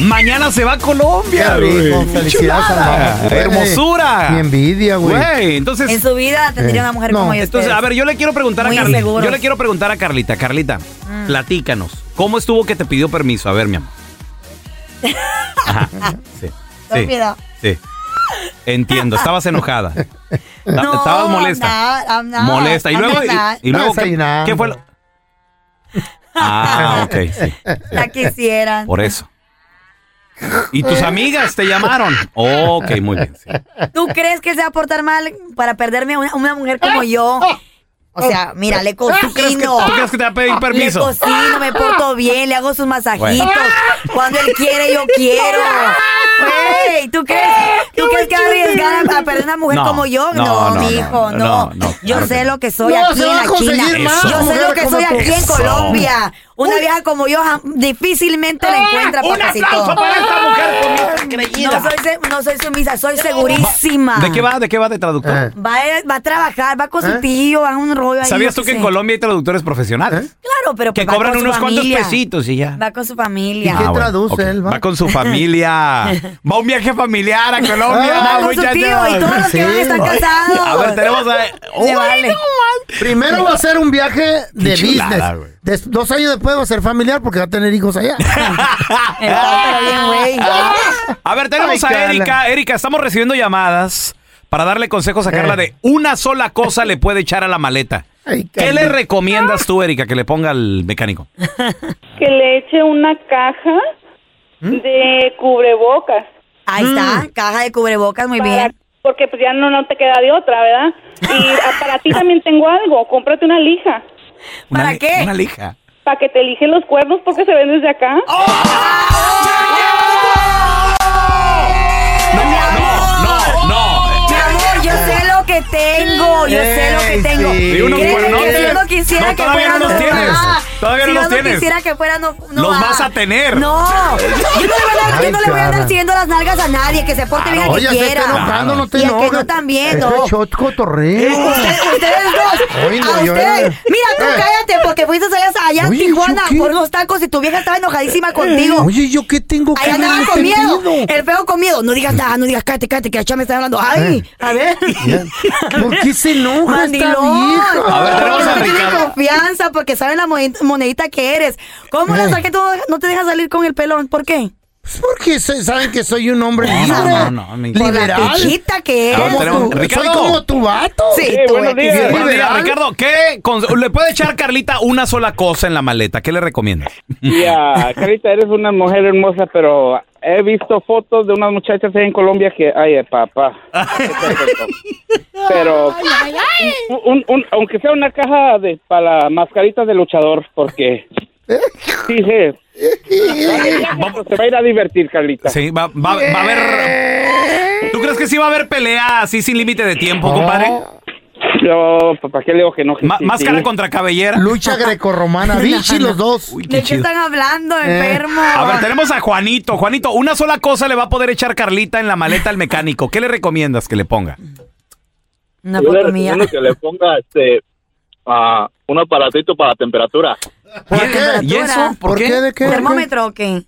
mañana se va a Colombia. Qué rico. güey. Felicidades al Chulada. bajo, güey. Hermosura. Mi envidia, güey. Güey, entonces En su vida tendría Eh. una mujer No. como yo. entonces, a ver, yo le quiero preguntar Muy Mm. a Carlita. inseguros. Yo le quiero preguntar a Carlita. Carlita, platícanos. ¿Cómo estuvo que te pidió permiso? A ver, mi amor. Ajá. Sí. Sí. Estúpido. sí. Entiendo. Estabas enojada. Ta- No, Ah, Estabas molesta. I'm not, I'm not. molesta. Y I'm luego, y- not. y, luego Estaba ¿qué, desayunando. qué fue lo- Ah, ok, sí. La quisieran. Eh. Por eso. ¿Y tus amigas te llamaron? Ok, muy bien. sí. ¿Tú crees que se va a portar mal para perderme a una, una mujer como yo? O sea, mira, le ¿Tú crees, que, cocino. tú crees que te va a pedir Le permiso? cocino, me porto bien, le hago sus masajitos. Cuando él quiere, yo quiero. Güey, ¿tú crees, ¿tú crees que va a arriesgar a, a perder a una mujer No, como yo? no, No, no, mi hijo, no, no. no, no, yo claro que sé no. lo que soy No, aquí se en va a la China. conseguir más Yo sé mujeres lo que como soy tú. aquí en Eso. Colombia. Una vieja como yo jam- difícilmente la encuentra, papacito. esta mujer con No soy, se- no soy sumisa, soy segurísima. ¿De qué va? ¿De qué va de traductor? Eh. Va a, va a trabajar, va con su ¿Eh? tío, va a un rollo ahí, ¿Sabías yo tú que qué en sé. Colombia hay traductores profesionales? Claro, pero Que pues va cobran con su unos cuantos familia. pesitos y ya. Va con su familia. ¿Qué Ah, bueno, traduce ok. él, va? Va con su familia. Va un viaje familiar a Colombia. Ah, Va con su muchachos. tío y todos los que van Sí. están Ay, casados. A ver, tenemos a. Le vale. Primero va a ser un viaje de chulada, güey. business. Des- dos años después va a ser familiar porque va a tener hijos allá. Ah, Está, pero bien, güey. A ver, tenemos Ay, a Carla. Erika. Erika, estamos recibiendo llamadas para darle consejos a Carla de una sola cosa le puede echar a la maleta. Eh. Ay, ¿Qué Carla. le recomiendas tú, Erika, que le ponga al mecánico? Que le eche una caja ¿Mm? de cubrebocas. Ahí está, caja de cubrebocas, muy para- bien. Porque pues ya no, no te queda de otra, ¿verdad? Y ah, para ti también tengo algo. Cómprate una lija. ah, Una ¿Para li- qué? Una lija. Para que te eligen los cuernos porque se ven desde acá. No, no, no, no. Mi amor, yo sé lo que tengo, yo sé lo que Ey, tengo. sí. Y unos Créeme cuernotes. que si yo no quisiera No, que todavía fuera no los tienes. Ah, Todavía si no los yo tienes. no quisiera que fuera no, no Los va. vas a tener. No, yo no le voy a andar, yo no Ay, le voy a andar cara. Ah, siguiendo las nalgas a nadie, que se porte bien a Oye, que se está quiera. enojando, no te Y a que enojes. no también, Este ¿no? shot Eh, cotorreo. Usted- ustedes dos. Oigo, a yo ustedes. era- Mira, tú Eh. cállate, porque fuiste allá, allá en Oye, Tijuana ¿yo qué? por unos tacos y tu vieja estaba enojadísima contigo. Oye, ¿yo qué tengo que Ahí andaba ver con este miedo. miedo? El feo con miedo. No digas nada, no digas cállate, cállate, que la chava me está hablando. Ay, a ver. ¿Por qué se enoja esta Mandilón. vieja? A ver, tenemos a no tiene Ricardo. confianza porque saben la moned- monedita que eres. ¿Cómo la Eh. saqué tú no te dejas salir con el pelón? ¿Por qué? Pues porque se- saben que soy un hombre No, libre. no, no, no, ni- Por la liberal. pechita que A ver, Como eres. tenemos- tu- soy Ricardo. como tu vato. Sí, Eh, tú, buenos aquí días. sí. Buenos días, ¿Liberal? Ricardo, ¿qué conse- le puede echar Carlita una sola cosa en la maleta? ¿Qué le recomiendas? Ya, Ah, Carita, eres una mujer hermosa, pero he visto fotos de unas muchachas ahí en Colombia que, ay, eh, papá. pero, un- un- aunque sea una caja de para mascaritas de luchador, porque, dije, se va a ir a divertir, Carlita. Sí, va, va- va a haber. ¿Tú crees que sí va a haber pelea así sin límite de tiempo, compadre? Yo, papá, ¿qué le digo que no? Ma- Sí, máscara sí. contra cabellera. Lucha grecorromana, Vichy, los dos. Uy, ¿De qué qué chido. están hablando, enfermo? Eh, A ver, tenemos a Juanito. Juanito, una sola cosa le va a poder echar Carlita en la maleta al mecánico. ¿Qué le recomiendas que le ponga? Una Yo le foto mía. recomiendo que le ponga este ah, un aparatito para temperatura. ¿Y- qué? ¿Y eso? ¿Por, ¿Por qué? qué? ¿De qué? ¿Termómetro o qué?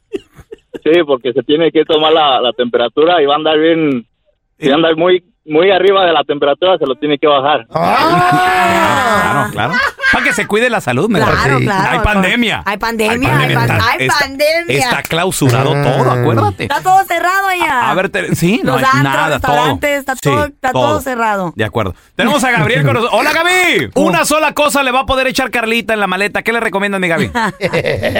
Sí, porque se tiene que tomar la, la temperatura y va a andar bien, y va a andar muy muy arriba de la temperatura se lo tiene que bajar. Claro, claro. Para que se cuide la salud, me Ah. Claro, parece. claro. Hay pandemia. Hay pandemia, hay, pandemia. pan- Está- hay está- pandemia. Está clausurado todo, acuérdate. Está todo cerrado ya. A ver, te- sí, no Los hay antros, nada, todo. restaurantes, está, Sí, todo, está todo cerrado. De acuerdo. Tenemos a Gabriel con nosotros. ¡Hola, Gaby! Una sola cosa le va a poder echar Carlita en la maleta. ¿Qué le recomiendas, mi Gaby?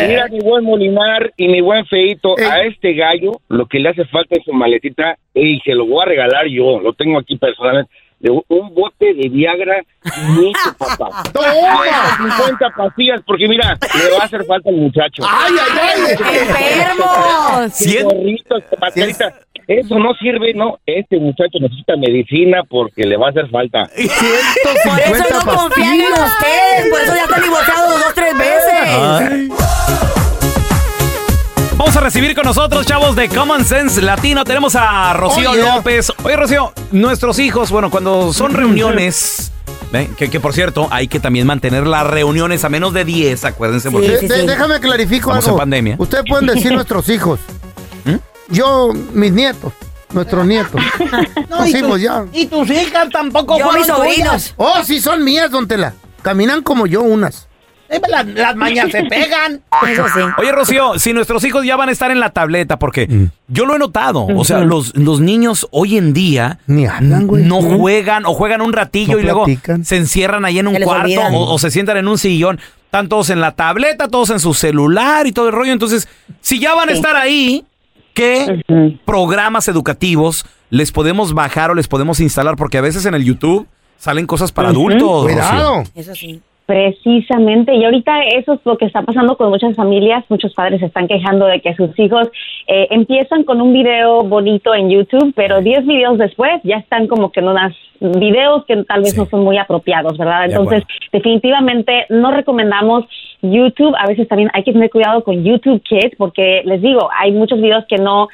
Mira, mi buen Molinar y mi buen Feito, a este gallo lo que le hace falta es su maletita y se lo voy a regalar yo, lo tengo aquí personalmente, de un- un bote de Viagra y su papá. ¡Toma! 50 pastillas, porque mira, le va a hacer falta al muchacho. ¡Ay, ay, ay! ¡Enfermos! ¡Cien! Eso no sirve, no. Este muchacho necesita medicina porque le va a hacer falta. Por eso no confían en ustedes. Por eso ya están divorciados dos, tres veces. Vamos a recibir con nosotros, chavos, de Common Sense Latino. Tenemos a Rocío Oh, yeah. Mm-hmm. López. Oye, Rocío, nuestros hijos, bueno, cuando son reuniones, ¿eh? que, que, por cierto, hay que también mantener las reuniones a menos de 10, acuérdense, porque De- de- Déjame clarifico Estamos algo. en pandemia. ¿Mm? Ustedes pueden decir nuestros hijos. Yo, mis nietos, nuestros nietos. No, y, Sí, tus- pues ya. y tus hijas tampoco Yo, mis fueron tuyas. sobrinos. Oh, sí son mías, don Tela. Caminan como yo unas. Eh, Las, las mañas se pegan. Eso sí. Oye, Rocío, si nuestros hijos ya van a estar en la tableta, porque Mm. yo lo he notado. O sea, los, los niños hoy en día Ni hablan, güey. no juegan o juegan un ratillo No y luego platican. se encierran ahí en un Se les cuarto olvidan. o, o se sientan en un sillón. Están todos en la tableta, todos en su celular y todo el rollo. Entonces, si ya van a estar ahí, ¿qué programas educativos les podemos bajar o les podemos instalar? Porque a veces en el YouTube salen cosas para adultos. Rocío. Cuidado. Eso sí. Precisamente, y ahorita eso es lo que está pasando con muchas familias, muchos padres se están quejando de que sus hijos eh, empiezan con un video bonito en YouTube, pero 10 videos después ya están como que en unos videos que tal vez Sí. no son muy apropiados, ¿verdad? De Entonces, definitivamente no recomendamos YouTube, a veces también hay que tener cuidado con YouTube Kids, porque les digo, hay muchos videos que no...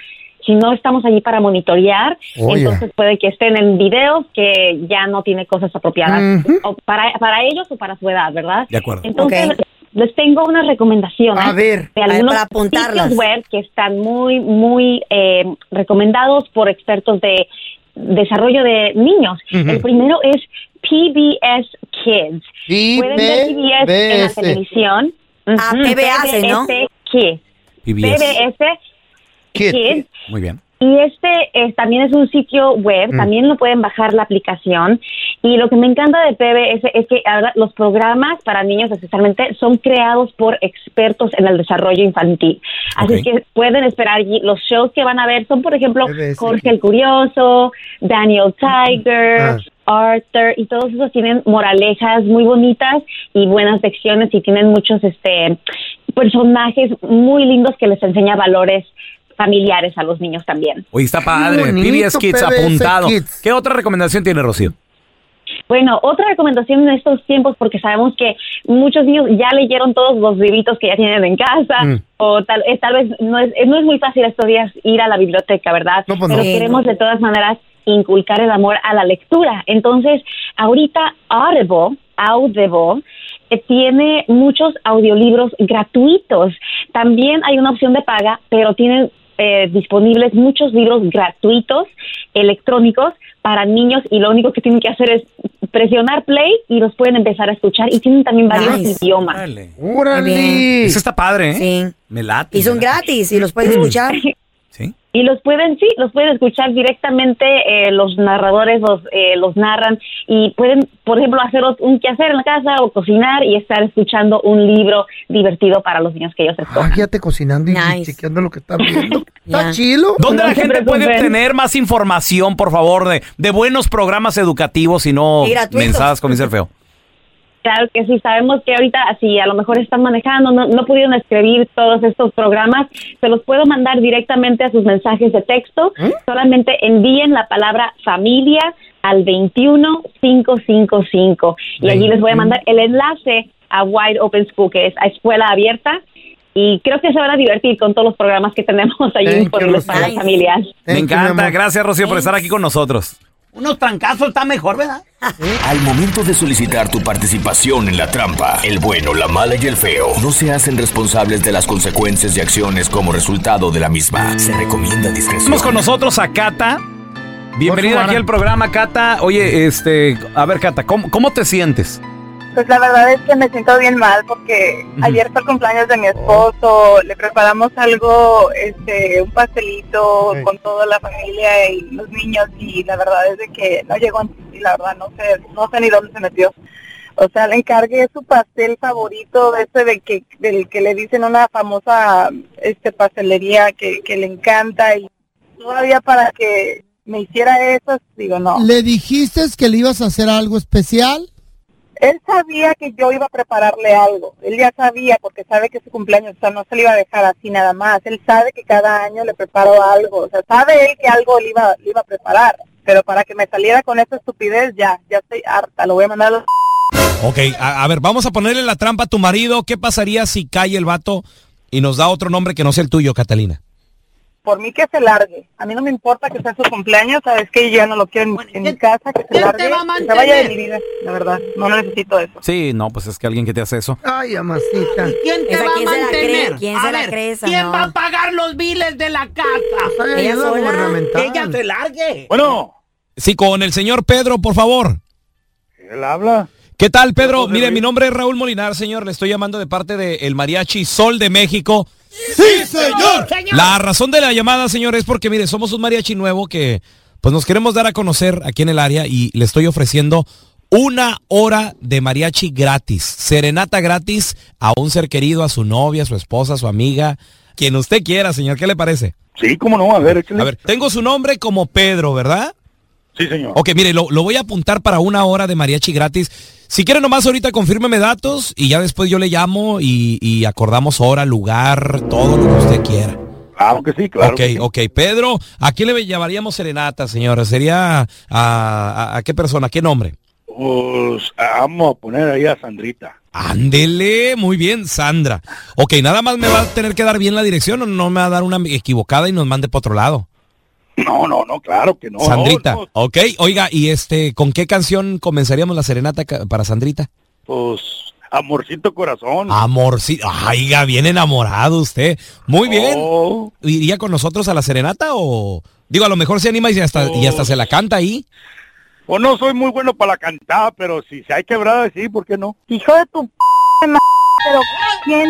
Si no estamos allí para monitorear, Oye. entonces puede que estén en videos que ya no tiene cosas apropiadas o para, para ellos o para su edad, ¿verdad? De acuerdo. Entonces, Ok. les tengo una recomendación ¿eh? A ver. de A ver, algunos para apuntarlas. sitios web que están muy, muy eh, recomendados por expertos de desarrollo de niños. El primero es PBS Kids. Y Pueden ver PBS en la televisión. Ah, Ujú, PBS, ¿no? PBS Kids. PBS. PBS Kids. Muy bien. Y este es- también es un sitio web, también lo pueden bajar la aplicación. Y lo que me encanta de PBS es que ahora los programas para niños especialmente son creados por expertos en el desarrollo infantil. Así Ok. que pueden esperar allí. Los shows que van a ver son, por ejemplo, PBS, Jorge el Curioso, Daniel Tiger, Ah. Arthur y todos esos tienen moralejas muy bonitas y buenas secciones y tienen muchos este personajes muy lindos que les enseña valores familiares a los niños también. Oye, está padre. bonito, PBS Kids PBS apuntado. Kids. ¿Qué otra recomendación tiene Rocío? Bueno, otra recomendación en estos tiempos, porque sabemos que muchos niños ya leyeron todos los libritos que ya tienen en casa, o tal, eh, tal vez no es, eh, no es muy fácil estos días ir a la biblioteca, ¿verdad? No, pues Pero no. queremos de todas maneras inculcar el amor a la lectura. Entonces, ahorita Audible, Audible, eh, tiene muchos audiolibros gratuitos. También hay una opción de paga, pero tienen eh, disponibles muchos libros gratuitos electrónicos para niños y lo único que tienen que hacer es presionar play y los pueden empezar a escuchar y tienen también varios Nice. idiomas. ¡Órale! Eso está padre, ¿eh? Sí. Me late. Y son me late. gratis y los puedes escuchar. Sí. Y los pueden, sí, los pueden escuchar directamente, eh, los narradores los, eh, los narran y pueden, por ejemplo, hacer un quehacer en la casa o cocinar y estar escuchando un libro divertido para los niños que ellos escojan. Ah, fíjate cocinando y Nice. chequeando lo que está viendo. Ya. ¿Está chilo? ¿Dónde No la se gente puede preocupen. obtener más información, por favor, de, de buenos programas educativos y no Y gratuitos. mensadas con mi ser feo? Claro que sí, sabemos que ahorita, así a lo mejor están manejando, no, no pudieron escribir todos estos programas, se los puedo mandar directamente a sus mensajes de texto. ¿Eh? Solamente envíen la palabra familia al 21555 y allí les voy a mandar el enlace a Wide Open School, que es a escuela abierta. Y creo que se van a divertir con todos los programas que tenemos allí Thank you, disponibles para las Rosita. familias. Me Thank you, mi encanta. amor. Gracias, Rocío, por estar aquí con nosotros. Unos trancazos está mejor, ¿verdad? Al momento de solicitar tu participación en la trampa, el bueno, la mala y el feo no se hacen responsables de las consecuencias y acciones como resultado de la misma. Se recomienda discreción. Estamos con nosotros a Cata Bienvenida aquí al programa, Cata. Oye, este, a ver, Cata, ¿cómo, cómo te sientes? Pues la verdad es que me siento bien mal porque ayer fue el cumpleaños de mi esposo, le preparamos algo, este, un pastelito Ey. con toda la familia y los niños y la verdad es de que no llegó y la verdad no sé, no sé ni dónde se metió. O sea, le encargué su pastel favorito, de ese de que, del que le dicen una famosa este pastelería que, que le encanta y todavía para que me hiciera eso, digo no. ¿Le dijiste que le ibas a hacer algo especial? Él sabía que yo iba a prepararle algo. Él ya sabía porque sabe que es su cumpleaños, o sea, no se le iba a dejar así nada más. Él sabe que cada año le preparo algo, o sea, sabe él que algo le iba, le iba a preparar. Pero para que me saliera con esa estupidez, ya, ya estoy harta. Lo voy a mandar a los... Ok, a, a ver, vamos a ponerle la trampa a tu marido. ¿Qué pasaría si cae el vato y nos da otro nombre que no sea el tuyo, Catalina? Por mí que se largue. A mí no me importa que sea su cumpleaños, sabes que yo no lo quiero en, mi- en mi casa, que se largue, va a que se vaya de mantener? mi vida, la verdad. No necesito eso. Sí, no, pues es que alguien que te hace eso. Ay, amacita. ¿Quién te Esa, va a ¿quién se la mantener? cree? ¿Quién A se la ver, cree esa, ¿Quién no? va a pagar los biles de la casa? Ella ayuda sola. gubernamental. Que ella se largue. Bueno. Sí, con el señor Pedro, por favor. Él habla. ¿Qué tal, Pedro? Mire, mi nombre es Raúl Molinar, señor. Le estoy llamando de parte del Mariachi Sol de México. ¡Sí, señor! La razón de la llamada, señor, es porque, mire, somos un mariachi nuevo que pues nos queremos dar a conocer aquí en el área y le estoy ofreciendo una hora de mariachi gratis, serenata gratis a un ser querido, a su novia, a su esposa, a su amiga, quien usted quiera, señor. ¿Qué le parece? Sí, cómo no, a ver, A ver, tengo su nombre como Pedro, ¿verdad? Sí, señor. Ok, mire, lo, lo voy a apuntar para una hora de mariachi gratis. Si quiere nomás ahorita confírmeme datos y ya después yo le llamo y, y acordamos hora, lugar, todo lo que usted quiera. Claro que sí, claro. Ok, ok. Pedro, ¿a quién le llamaríamos serenata, señora? ¿Sería a, a- a qué persona? ¿A qué nombre? Pues, ah, vamos a poner ahí a Sandrita. Ándele, muy bien, Sandra. Ok, nada más me va a tener que dar bien la dirección o no me va a dar una equivocada y nos mande para otro lado. No, no, no, claro que no. Sandrita, no, no. ok. Oiga, ¿y este, con qué canción comenzaríamos la serenata ca- para Sandrita? Pues, amorcito corazón. Amorcito. Oiga, bien enamorado usted. Muy bien. Oh. ¿Iría con nosotros a la serenata o...? Digo, a lo mejor se anima y hasta, y hasta se la canta ahí. O no soy muy bueno para la cantada, pero si se hay quebrada, sí, ¿por qué no? Hijo de tu p ma- pero ¿quién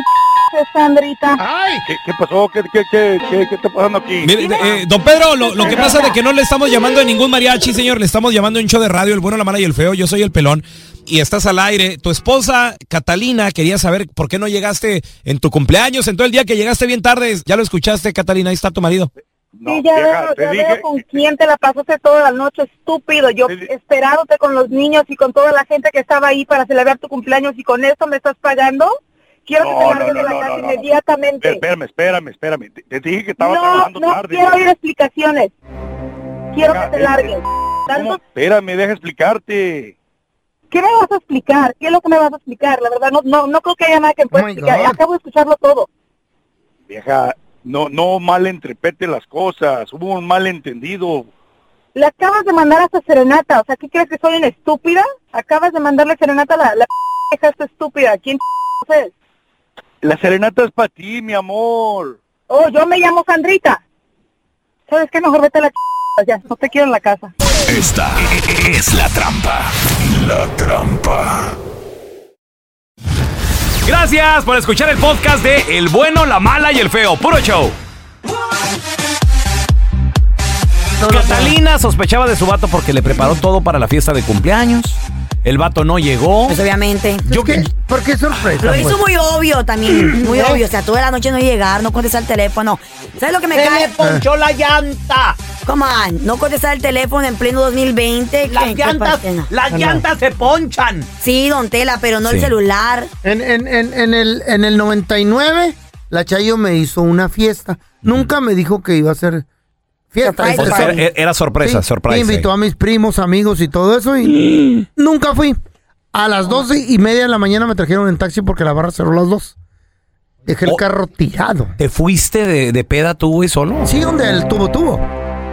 es Sandrita? Ay, ¿Qué, qué pasó? ¿Qué, qué, qué, qué, qué está pasando aquí? Mire, eh, don Pedro, lo, lo que pasa es que no le estamos llamando a ningún mariachi, señor. Le estamos llamando a un show de radio, el bueno, la mala y el feo. Yo soy el pelón. Y estás al aire. Tu esposa, Catalina, quería saber por qué no llegaste en tu cumpleaños, en todo el día que llegaste bien tarde. Ya lo escuchaste, Catalina. Ahí está tu marido. sí, ya vieja, veo, te ya dije- veo con quién te la pasaste toda la noche, estúpido. Yo esperándote con los niños y con toda la gente que estaba ahí para celebrar tu cumpleaños y con eso me estás pagando. Quiero que No, te no, largues no, de la no, casa no, no. inmediatamente. Espérame, espérame, espérame. Te, te dije que estaba no, trabajando no tarde. quiero oír explicaciones. Quiero Venga, que te es- largues. ¿Cómo? Tanto- Espérame, deja explicarte. ¿Qué me vas a explicar? ¿Qué es lo que me vas a explicar? La verdad, no, no, no creo que haya nada que me pueda explicar. Acabo de escucharlo todo. Vieja, no, no malentrepete las cosas. Hubo un malentendido. Le acabas de mandar hasta serenata. O sea, ¿qué crees que soy una estúpida? Acabas de mandarle serenata a la, la p- hija esta estúpida. ¿Quién p- es? La serenata es para ti, mi amor. Oh, yo me llamo Sandrita. ¿Sabes qué? Mejor vete a la ch- ya. No te quiero en la casa. Esta es la trampa. La trampa. Gracias por escuchar el podcast de El bueno, la mala y el feo. Puro show. Catalina sospechaba de su vato porque le preparó todo para la fiesta de cumpleaños. El vato no llegó. Pues obviamente. Yo que ¿Por qué sorpresa? Lo pues? hizo muy obvio también, muy ¿Eh? obvio. O sea, toda la noche no llegar, no contestar el teléfono. ¿Sabes lo que me Se cae? le ponchó la llanta. Come on, no contestar el teléfono en pleno 2020. Las ¿qué- qué llantas, pasa? las No. llantas se ponchan. Sí, don Tela, pero no el Sí. celular. En, en- en- en el, en el 99, la Chayo me hizo una fiesta. Nunca me dijo que iba a ser fiesta. Surprise, Este, surprise. Era- era sorpresa, surprise, me invitó a mis primos, amigos y todo eso y nunca fui. A las doce y media de la mañana me trajeron en taxi porque la barra cerró a las dos. Dejé el carro tirado. ¿Te fuiste de, de peda tú, güey, solo? Sí, donde el tubo tuvo.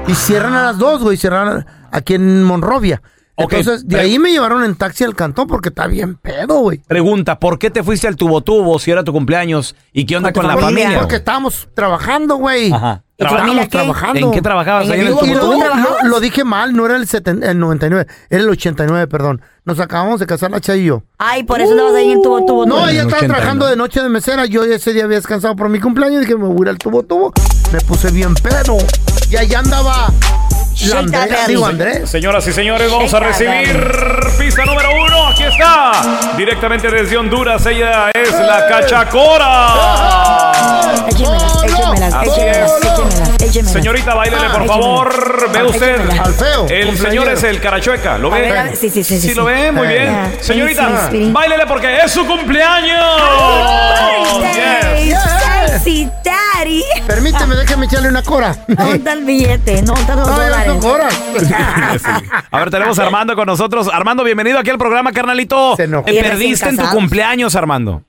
Y cierran a las dos, güey, cierran aquí en Monrovia. Ok, Entonces, de pero- ahí me llevaron en taxi al cantón porque está bien pedo, güey. Pregunta, ¿por qué te fuiste al tubo tubo si era tu cumpleaños? ¿Y qué onda con la Porque- familia? Porque güey? estábamos trabajando, güey. Ajá. ¿Y tu Estábamos familia qué? trabajando. ¿En qué trabajabas? ¿Ahí en el Y Tumutú? luego, ¿Trabajabas? Lo, lo dije mal, no era el, seten- el 99, era el 89, perdón. Nos acabamos de casar la Chay y yo. Ay, por eso andabas ahí en tubo, tubo, No, tubo. ella estaba 89. trabajando de noche de mesera. Yo ese día había descansado por mi cumpleaños. Dije, me voy a ir al tubo, tubo. Me puse bien pedo. Y allá andaba. la Andrea, digo, Andrés. Señoras y señores, vamos a recibir pista número uno. Aquí está. Directamente desde Honduras, ella es ¡Eh! la Cachacora. Échemelas, échemelas, Así échemelas, es. échemelas, échemelas. Señorita, bailele, Ah, por favor. Ve usted. Al feo, El señor cumpleañero. es el Carachueca. ¿Lo A ve? ver, a ver, sí, sí, sí, sí, lo sí. ve, muy Ah, bien. ya. Señorita, Sí, sí, sí. bailele porque es su cumpleaños. Birthday, Yes. sexy daddy. Permíteme, déjame echarle una cora. ¿Dónde está el billete? No, está dos No, ya dólares. son coras. A ver, tenemos a Armando con nosotros. Armando, bienvenido aquí al programa, carnalito. Y Te recién perdiste en tu casados. cumpleaños, Armando.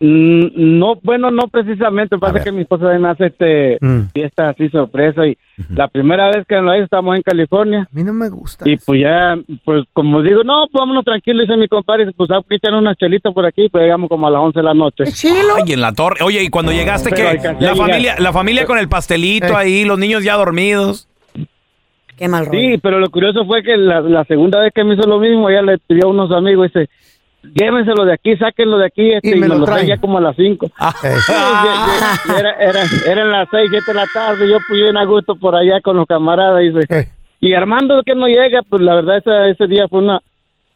Mm, No, bueno, no precisamente. Pasa que mi esposa también hace este Mm. fiesta así sorpresa y la primera vez que lo hice estamos en California. A mí no me gusta. Y pues ya, pues como digo, no, pues vámonos tranquilos, dice mi compadre, pues hay que echar unas chelitas por aquí, pues llegamos como a las 11 de la noche. Ay, en la torre. Oye, y cuando llegaste, Pero que alcancé a la llegar. familia, la familia con el Eh. pastelito ahí, los niños ya dormidos. Qué mal Sí, pero lo curioso fue que la, la segunda vez que me hizo lo mismo, ella le pidió a unos amigos, dice, llévenselo de aquí, sáquenlo de aquí, este, y me lo traen Ah. ya como a las 5. Ah. Era, era, eran las 6, 7 de la tarde, yo fui bien a gusto por allá con los camaradas, dice. Y Armando que no llega, pues la verdad ese, ese día fue una,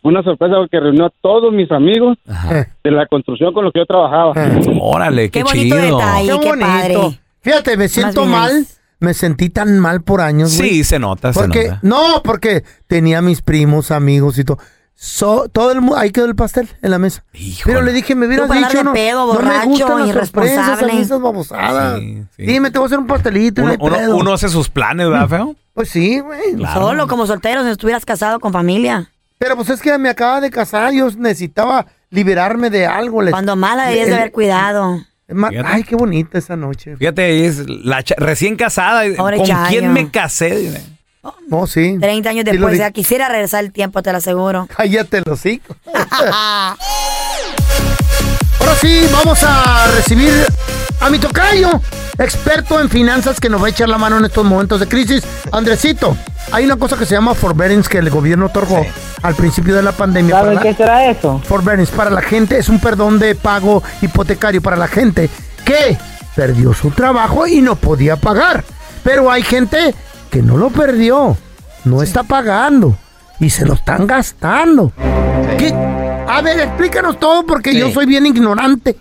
una sorpresa porque reunió a todos mis amigos de la construcción con los que yo trabajaba. Órale, qué, bonito chido. detalle, Qué qué bonito. padre. Fíjate, me siento mal. Me sentí tan mal por años. güey. Sí, se nota, se Porque, nota. no, porque tenía mis primos, amigos y todo. So- todo el mu- ahí quedó el pastel en la mesa. Pero le dije, me hubieras Tú para dicho, darle no, pedo, no me gustan borracho, las sorpresas, a irresponsable. mí esas babosadas. Sí, Dime, te voy a hacer un pastelito. y Uno, no hay uno- pedo. uno hace sus planes, ¿verdad, feo? Pues sí, güey. Claro. Solo, como soltero, si estuvieras casado con familia. Pero pues es que me acaba de casar, yo necesitaba liberarme de algo. Cuando mala debías de haber cuidado. Ay, qué bonita esa noche. Fíjate, es la cha- recién casada. eh, Ahora ¿Con chayo. quién me casé? No, sí. 30 años Sí lo después, di- ya quisiera regresar el tiempo, te lo aseguro. Cállate los hijos. Ahora sí, vamos a recibir a mi tocayo, experto en finanzas que nos va a echar la mano en estos momentos de crisis. Andresito, hay una cosa que se llama forbearance que el gobierno otorgó al principio de la pandemia. Para ¿Sabe la- qué será eso? Forbearance para la gente es un perdón de pago hipotecario para la gente que perdió su trabajo y no podía pagar. Pero hay gente que no lo perdió, no está pagando y se lo están gastando. ¿Qué? A ver, explícanos todo porque yo soy bien ignorante.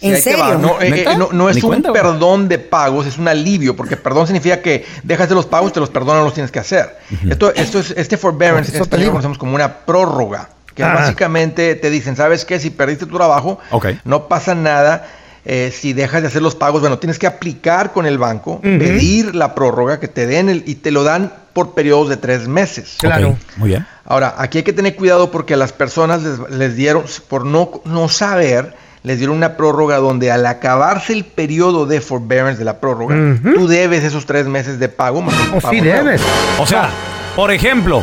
Sí, ahí te va. No, eh, eh, no- no es un perdón de pagos, es un alivio, porque perdón significa que dejas de los pagos, te los perdonan, los tienes que hacer. esto, esto es, este forbearance Eso es te lo digo. conocemos como una prórroga, que Ah. básicamente te dicen, ¿sabes qué? Si perdiste tu trabajo, Ok. no pasa nada. eh, si dejas de hacer los pagos, bueno, tienes que aplicar con el banco, Ujú. pedir la prórroga que te den el- y te lo dan por periodos de tres meses. Ok, Muy bien. Ahora, aquí hay que tener cuidado porque a las personas les, les dieron, por no, no saber, les dieron una prórroga donde al acabarse el periodo de forbearance de la prórroga, tú debes esos tres meses de pago. Más el pago nuevo. O sea, por ejemplo,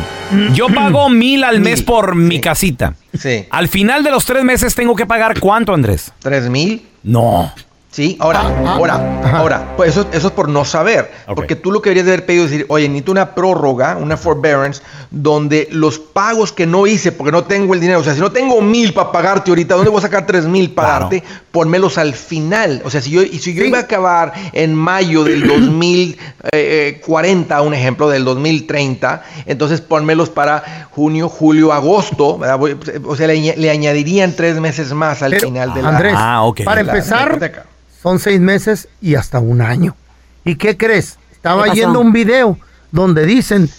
yo pago mil al mes por mi casita. Sí. Al final de los tres meses tengo que pagar cuánto, Andrés? ¿Tres mil? No. Sí, ahora, Ah, ahora, ahora. Pues eso, eso es por no saber. Porque tú lo que deberías de haber pedido es decir, oye, necesito una prórroga, una forbearance, donde los pagos que no hice porque no tengo el dinero, o sea, si no tengo mil para pagarte ahorita, ¿dónde voy a sacar tres mil para darte? Pónmelos al final. O sea, si yo, y si yo iba a acabar en mayo del 2040, eh, un ejemplo, del 2030, entonces pónmelos para junio, julio, agosto, ¿verdad? Voy- o sea, le, añ- le añadirían tres meses más al final de la Andrés, de para la- empezar, son seis meses y hasta un año. ¿Y qué crees? Estaba yendo un video donde dicen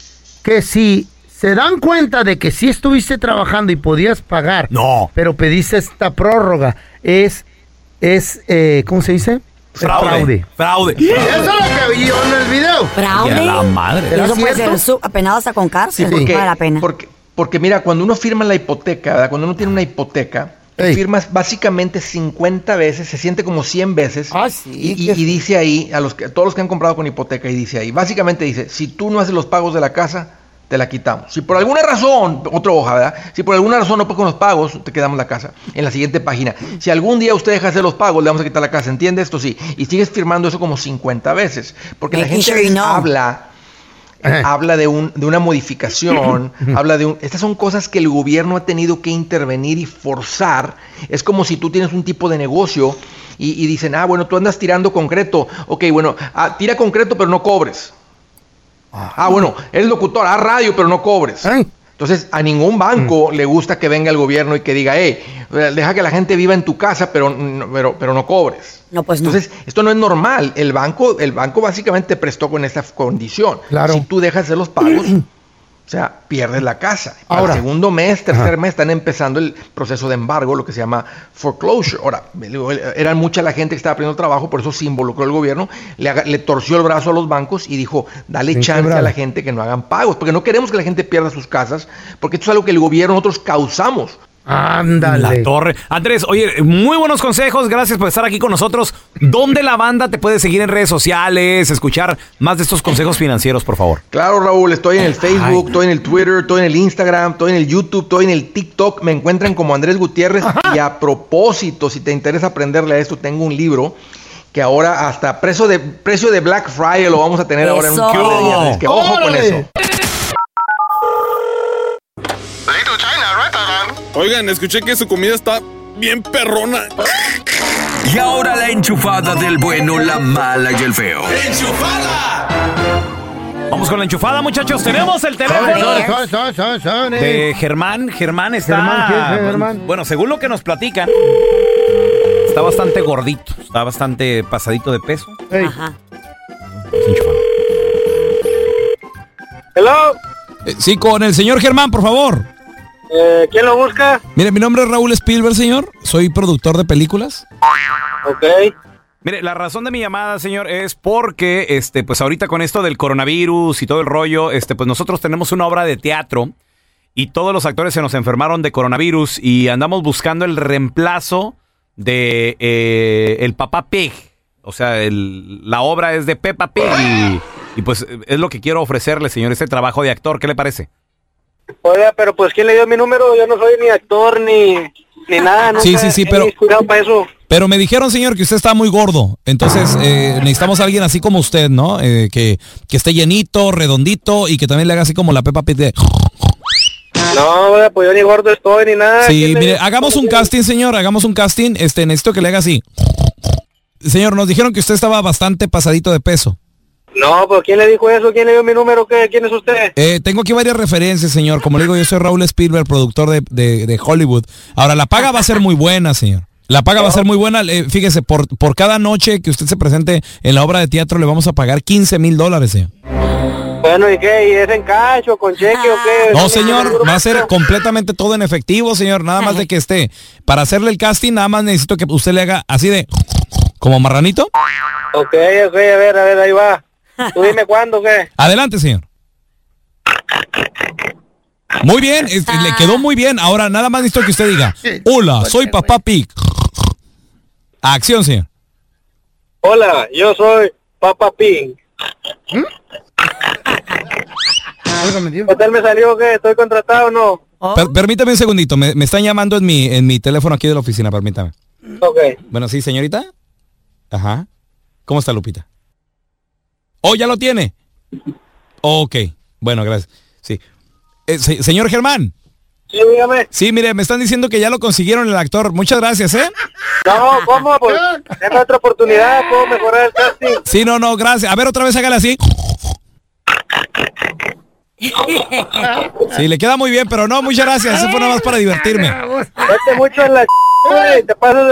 que si se dan cuenta de que si estuviste trabajando y podías pagar, no. pero pediste esta prórroga, es, es eh, ¿cómo se dice? Es Fraude. Fraude. Eso es lo que yo en el video. Fraude. Y a la madre. Y eso puede ¿Cierto? ser su- apenado hasta con Sí, cárcel. porque, Vale la pena. Porque, porque mira, cuando uno firma la hipoteca, ¿verdad? cuando uno tiene una hipoteca, tú firmas básicamente 50 veces, se siente como 100 veces. y, y- y dice ahí, a los que, a todos los que han comprado con hipoteca, y dice ahí, básicamente dice, si tú no haces los pagos de la casa, te la quitamos. Si por alguna razón, otra hoja, ¿verdad? Si por alguna razón no puedes con los pagos, te quedamos la casa en la siguiente página. Si algún día usted deja de hacer los pagos, le vamos a quitar la casa, ¿entiende esto? Sí. Y sigues firmando eso como 50 veces, porque la Making gente sure you know. habla habla de, un, de una modificación, habla de un... Estas son cosas que el gobierno ha tenido que intervenir y forzar. Es como si tú tienes un tipo de negocio y, y dicen, ah, bueno, tú andas tirando concreto. Ok, bueno, ah, tira concreto pero no cobres. Ah, bueno, eres locutor, ah, radio pero no cobres. Entonces, a ningún banco le gusta que venga el gobierno y que diga, hey, deja que la gente viva en tu casa, pero, no- pero, pero no cobres. No, pues Entonces, esto no es normal. El banco, el banco básicamente te prestó con esta condición. Si tú dejas de los pagos, o sea, pierdes la casa. Para Ahora. el segundo mes, tercer mes, están empezando el proceso de embargo, lo que se llama foreclosure. Ahora, le digo, era mucha la gente que estaba perdiendo trabajo, por eso se involucró el gobierno, le, haga- le torció el brazo a los bancos y dijo, dale Bien chance a quebrado. la gente que no hagan pagos, porque no queremos que la gente pierda sus casas, porque esto es algo que el gobierno, nosotros causamos. Ándale. La torre. Andrés, oye, muy buenos consejos. Gracias por estar aquí con nosotros. ¿Dónde la banda te puede seguir en redes sociales? Escuchar más de estos consejos financieros, por favor. Claro, Raúl, estoy en el Facebook, estoy en el Twitter, estoy en el Instagram, estoy en el YouTube, estoy en el TikTok. Me encuentran como Andrés Gutiérrez. Y a propósito, si te interesa aprenderle a esto, tengo un libro que ahora hasta precio de, precio de Black Friday lo vamos a tener ahora en un Eso. par de días. Así que ojo con ¡Órale! eso. Oigan, escuché que su comida está bien perrona. Y ahora la enchufada del bueno, la mala y el feo. Vamos con la enchufada, muchachos. Tenemos el Sorry, sorry, teléfono sorry, sorry, sorry, sorry. de Germán. Germán está. eh. Germán, ¿qué es, Germán? Bueno, según lo que nos platican, está bastante gordito. Está bastante pasadito de peso. Ajá. Hello. Eh, sí, con el señor Germán, por favor. Eh, ¿Quién lo busca? Mire, mi nombre es Raúl Spielberg, señor. Soy productor de películas. Ok. Mire, la razón de mi llamada, señor, es porque, este, pues ahorita con esto del coronavirus y todo el rollo, este, pues nosotros tenemos una obra de teatro y todos los actores se nos enfermaron de coronavirus y andamos buscando el reemplazo de eh, el papá Pig. O sea, el- la obra es de Peppa Pig y, y, pues es lo que quiero ofrecerle, señor, ese trabajo de actor. ¿Qué le parece? Oiga, pero pues ¿quién le dio mi número? Yo no soy ni actor ni, ni nada. Sí, nunca sí, sí, he pero- Cuidado para eso. Pero me dijeron, señor, que usted está muy gordo. Entonces, eh, necesitamos a alguien así como usted, ¿no? Eh, que, que esté llenito, redondito y que también le haga así como la Peppa Pig de- No, oiga, pues yo ni gordo estoy ni nada. Sí, ¿Quién le mire, dio? hagamos un casting, señor, hagamos un casting. Este, necesito que le haga así. Señor, nos dijeron que usted estaba bastante pasadito de peso. No, pues ¿quién le dijo eso? ¿Quién le dio mi número? ¿Qué? ¿Quién es usted? Eh, tengo aquí varias referencias, señor. Como le digo, yo soy Raúl Spielberg, productor de, de- de Hollywood. Ahora, la paga va a ser muy buena, señor. La paga va a ser muy buena. Eh, fíjese, por, por cada noche que usted se presente en la obra de teatro, le vamos a pagar 15 mil dólares, señor. Bueno, ¿y qué? ¿Y es en cash o con cheque o qué? No, señor, va a ser completamente todo en efectivo, señor. Nada más de que esté. Para hacerle el casting, nada más necesito que usted le haga así de... Como marranito. Ok, ok, a ver, a ver, ahí va. Tú dime cuándo, ¿qué? Adelante, señor. Muy bien, este, le quedó muy bien. Ahora nada más necesito que usted diga, hola, soy papá Pig. Acción, señor. Hola, yo soy Papa Pig. ¿Qué tal me salió que estoy contratado o no? Oh. Per- permítame un segundito, me, me están llamando en mi, en mi teléfono aquí de la oficina, permítame. Ok. Bueno, sí, señorita. Ajá. ¿Cómo está Lupita? Oh, ya lo tiene. Ok, bueno, gracias. Sí. Eh, se- señor Germán. Sí, dígame. Sí, mire, me están diciendo que ya lo consiguieron el actor. Muchas gracias, ¿eh? No, ¿cómo? Pues, denme otra oportunidad, puedo mejorar el casting. Sí, no, no, gracias. A ver, otra vez hágale así. Sí, le queda muy bien, pero no, muchas gracias. Eso fue nada más para divertirme. Vete mucho en la ch- güey, te pasas de...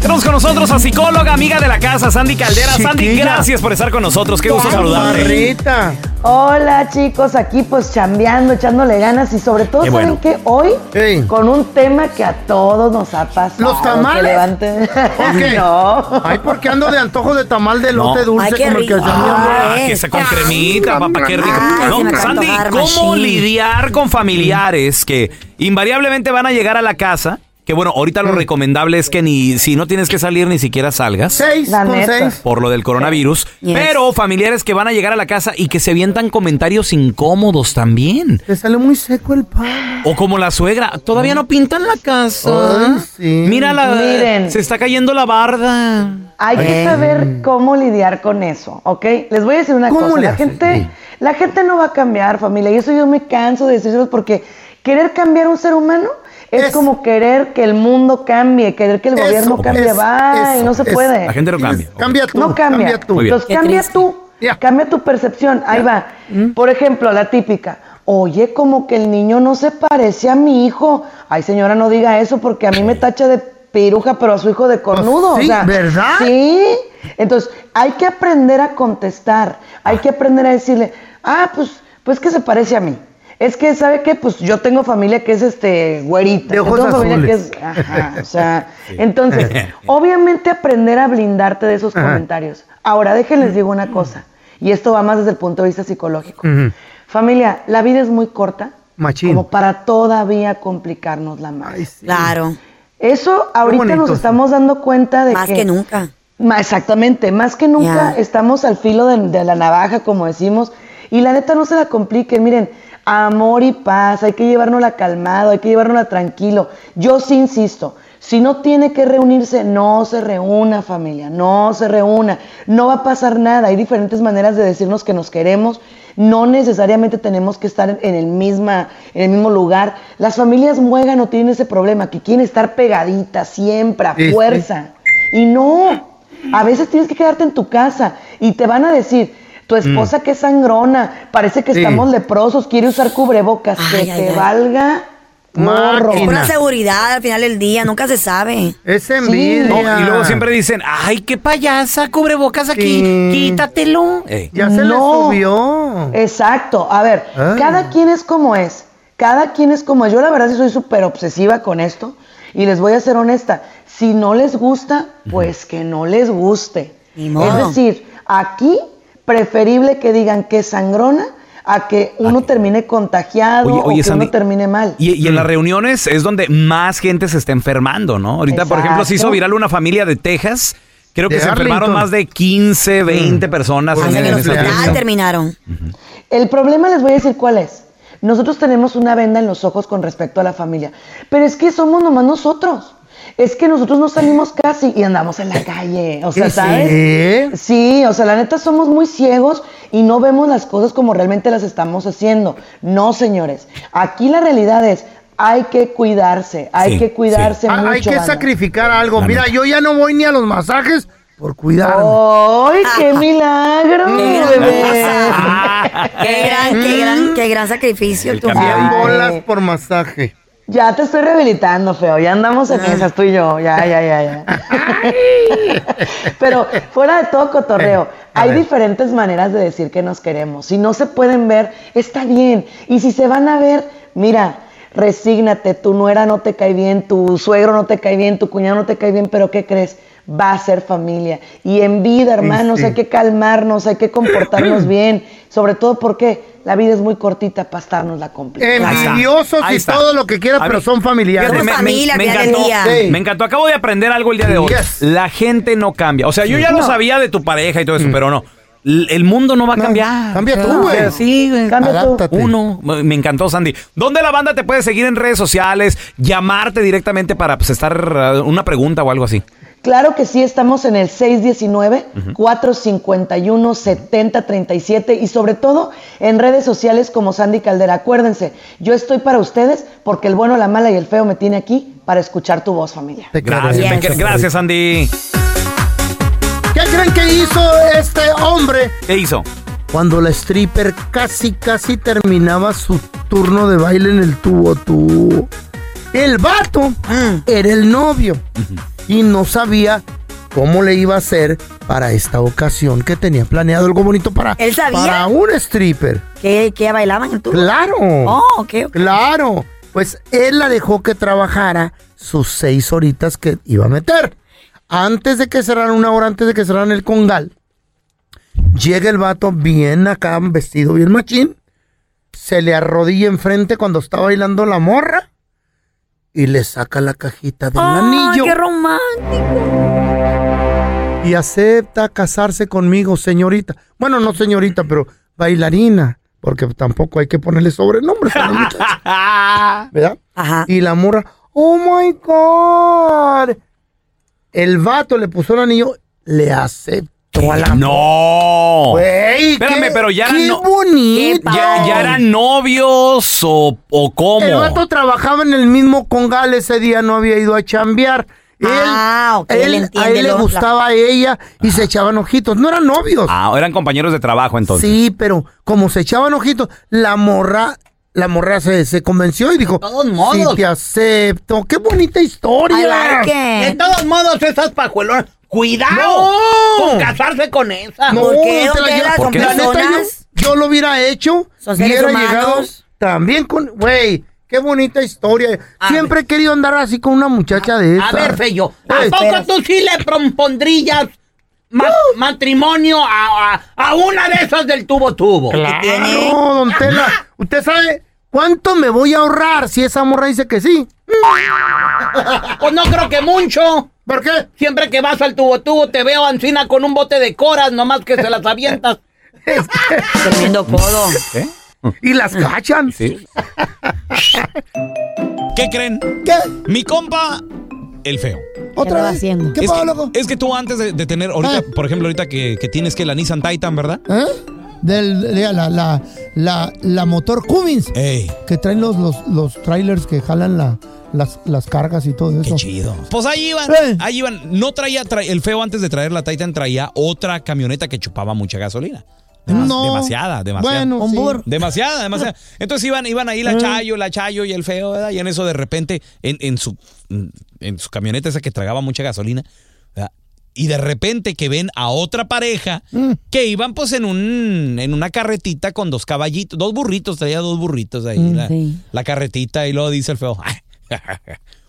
Tenemos con nosotros a psicóloga, amiga de la casa, Sandy Caldera. Sandy, Chiquilla. gracias por estar con nosotros. Qué gusto saludarte. Hola chicos, aquí pues chambeando, echándole ganas y sobre todo, Qué ¿saben bueno. que Hoy con un tema que a todos nos ha pasado. ¿Los tamales? que levanten- Ok. no. Ay, porque ando de antojo de tamal de No. lote dulce Ay, qué como el que rico. Ah, hacía mi que está con cremita, papá, qué rico. Ay, No, se me acaba de Sandy, antojar, ¿cómo machín. lidiar con familiares que invariablemente van a llegar a la casa? Que bueno, ahorita Mm. lo recomendable es que ni si no tienes que salir ni siquiera salgas. Seis La con neta. seis. Por lo del coronavirus. Yes. Pero familiares que van a llegar a la casa y que se avientan comentarios incómodos también. Te sale muy seco el pan. O como la suegra, todavía no pintan la casa. Ay, sí. Mira la Miren. se está cayendo la barda. Hay Ey. que saber cómo lidiar con eso, ¿ok? Les voy a decir una ¿Cómo cosa. le La haces? gente, la gente no va a cambiar, familia. Y eso yo me canso de decirlo porque querer cambiar a un ser humano es, como querer que el mundo cambie, querer que el gobierno cambie. es, va, eso, y no se es. puede. La gente no cambia. Cambia tú. No cambia. tú. Muy bien. Entonces Qué cambia triste. Mm. tú. Cambia tu percepción. Ahí va. Por ejemplo, la típica. Oye, como que el niño no se parece a mi hijo. Ay, señora, no diga eso porque a mí me tacha de piruja, pero a su hijo de cornudo. Pues sí, o sea, ¿verdad? Sí. Entonces, hay que aprender a contestar. Hay que aprender a decirle, ah, pues, pues que se parece a mí. Es que, ¿sabe qué? Pues yo tengo familia que es este güerita. De yo ojos tengo familia que azules. es. Ajá, o sea, entonces, obviamente aprender a blindarte de esos Ajá. comentarios. Ahora, déjenles digo una cosa, y esto va más desde el punto de vista psicológico. Ujú. Familia, la vida es muy corta Machín. como para todavía complicarnos la más. Claro. Eso ahorita bonito nos eso. estamos dando cuenta de Más que... que nunca. Ma- Exactamente, más que nunca Ya. estamos al filo de, de la navaja, como decimos, y la neta no se la compliquen, miren, amor y paz, hay que llevárnosla calmado, hay que llevárnosla tranquilo. Yo sí insisto, si no tiene que reunirse, no se reúna familia, no se reúna, no va a pasar nada, hay diferentes maneras de decirnos que nos queremos, no necesariamente tenemos que estar en- en el, misma, en el mismo lugar, las familias muegan no tienen ese problema, que quieren estar pegaditas siempre, a Sí, sí. fuerza. Y no, a veces tienes que quedarte en tu casa y te van a decir, Mm. tu esposa que es sangrona, parece que Sí. estamos leprosos, quiere usar cubrebocas, Ay, que ay, te ay. valga morro. Es pura seguridad al final del día, nunca se sabe. Es No, y luego siempre dicen, ay, qué payasa, cubrebocas aquí, Sí. quítatelo. Ey. No. Exacto. A ver, Ah. cada quien es como es. Cada quien es como es. Yo la verdad sí soy súper obsesiva con esto. Y les voy a ser honesta. Si no les gusta, pues que no les guste. modo. Es decir, aquí preferible que digan que es sangrona a que uno termine contagiado Oye, oye, o que Sandy, uno termine mal. Y, y en las reuniones es donde más gente se está enfermando, ¿no? Ahorita, por ejemplo, se hizo Exacto. viral una familia de Texas. Creo que De se enfermaron Arlington. Pues más de 15, 20 personas. Hasta en el esa hospital reunión. terminaron. Ah, El problema les voy a decir cuál es. Nosotros tenemos una venda en los ojos con respecto a la familia, pero es que somos nomás nosotros. Es que nosotros no salimos casi y andamos en la calle, o sea, ¿Qué ¿sabes? Sí, o sea, la neta somos muy ciegos y no vemos las cosas como realmente las estamos haciendo. No, señores, aquí la realidad es, hay que cuidarse, hay Sí, que cuidarse Ah, mucho. Hay que banda. sacrificar algo. Mira, yo ya no voy ni a los masajes por cuidarme. ¡Ay, qué milagro, Qué gran bebé! Qué gran, qué Mm. gran, qué gran sacrificio. tú. Cien Ay. bolas por masaje. Ya te estoy rehabilitando, feo. Ya andamos en Ah. esas tú y yo. Ya, ya, ya, ya. Pero fuera de todo cotorreo, hay diferentes maneras de decir que nos queremos. Si no se pueden ver, está bien. Y si se van a ver, mira, resígnate. Tu nuera no te cae bien, tu suegro no te cae bien, tu cuñado no te cae bien, pero ¿qué crees? Va a ser familia. Y en vida, hermanos, sí. hay que calmarnos, hay que comportarnos bien. Sobre todo porque la vida es muy cortita para estarnos la complicada. Envidiosos Ahí y está. todo lo que quieras, A pero ver, son familiares. fíjate, me- me, me encantó, Sí. me encantó. Acabo de aprender algo el día de hoy. Yes. La gente no cambia. O sea, yo ya lo No. sabía de tu pareja y todo eso, pero no. L- El mundo no va a cambiar. Cambia tú, No. güey. Ah, Sí, güey. Cambia tú. Uno, me me encantó Sandy. ¿Dónde la banda te puede seguir en redes sociales? Llamarte directamente para pues, estar eh, una pregunta o algo así. Claro que sí, estamos en el 619-451-7037 y sobre todo en redes sociales como Sandy Caldera. Acuérdense, yo estoy para ustedes porque el bueno, la mala y el feo me tiene aquí para escuchar tu voz, familia. Gracias, te quiero. gracias Sandy. ¿Qué creen que hizo este hombre ¿Qué hizo? cuando la stripper casi, casi terminaba su turno de Mm. baile en el tubo tú? El vato era el novio. y no sabía cómo le iba a hacer para esta ocasión que tenía planeado algo bonito para, ¿Él sabía? para un stripper. ¿Que, que ya bailaban en tu Claro. Oh, ok, ok. Claro. Pues él la dejó que trabajara sus seis horitas que iba a meter. Antes de que cerraran, una hora antes de que cerraran el congal, llega el vato bien acá, vestido bien machín, se le arrodilla enfrente cuando está bailando la morra y le saca la cajita del anillo. qué romántico! y acepta casarse conmigo, señorita. Bueno, no señorita, pero bailarina, porque tampoco hay que ponerle sobrenombres a la muchacha. ¿Verdad? Y la morra, oh my God. El vato le puso el anillo, le aceptó a la No. Güey, Espérame, qué- pero ya qué eran, no- bonito. ya, ya eran novios o, o cómo. El vato trabajaba en el mismo congal, ese día no había ido a chambear. Él, Ah, ok, él- él a entiende él le lo- la- gustaba a ella y se echaban ojitos. No eran novios. Ah, eran compañeros de trabajo entonces. Sí, pero como se echaban ojitos, la morra, la morra se, se convenció y dijo, modos. sí te acepto. ¡Qué bonita historia! De todos modos, esas pajuelonas. Cuidado No. con casarse con esa. No, no te la llevas. ¿Por qué? La neta, yo, yo lo hubiera hecho, Son seres hubiera humanos. llegado también con, güey, qué bonita historia. Siempre he querido andar así con una muchacha de esa. Pues, A ver, Feyo, ¿a Ey. poco tú sí le propondrías ma- matrimonio a, a- a una de esas del tubo tubo? Claro, don Tela. ¿Usted sabe cuánto me voy a ahorrar si esa morra dice que sí? Pues no creo que mucho. ¿Por qué? Siempre que vas al tubo tubo te veo ancina con un bote de coras, nomás que se las avientas. Tremendo codo. ¿Eh? Y las cachan. Sí. ¿Qué creen? ¿Qué? Mi compa, el feo. ¿Otra vez? ¿Qué es, pasó, que- loco? Ah. es que tú antes de, de tener, ahorita, por ejemplo, ahorita que, que tienes que la Nissan Titan, ¿verdad? ¿Eh? Del, de la, la, la, la motor Cummins. Que traen los, los, los trailers que jalan la, las, las cargas y todo eso. Qué chido. Pues ahí iban, ahí iban. No traía, tra- el feo antes de traer la Titan traía otra camioneta que chupaba mucha gasolina. Demas- No. Demasiada, demasiada. Bueno, Un sí. burro. Demasiada, demasiada. Entonces iban, iban ahí la Eh. Chayo, la Chayo y el feo, ¿verdad? Y en eso de repente, en, en su, en su camioneta esa que tragaba mucha gasolina, ¿verdad? y de repente que ven a otra pareja que iban pues en un en una carretita con dos caballitos, dos burritos, traía dos burritos ahí, Mm, la, sí. la carretita, y luego dice el feo, "Ah,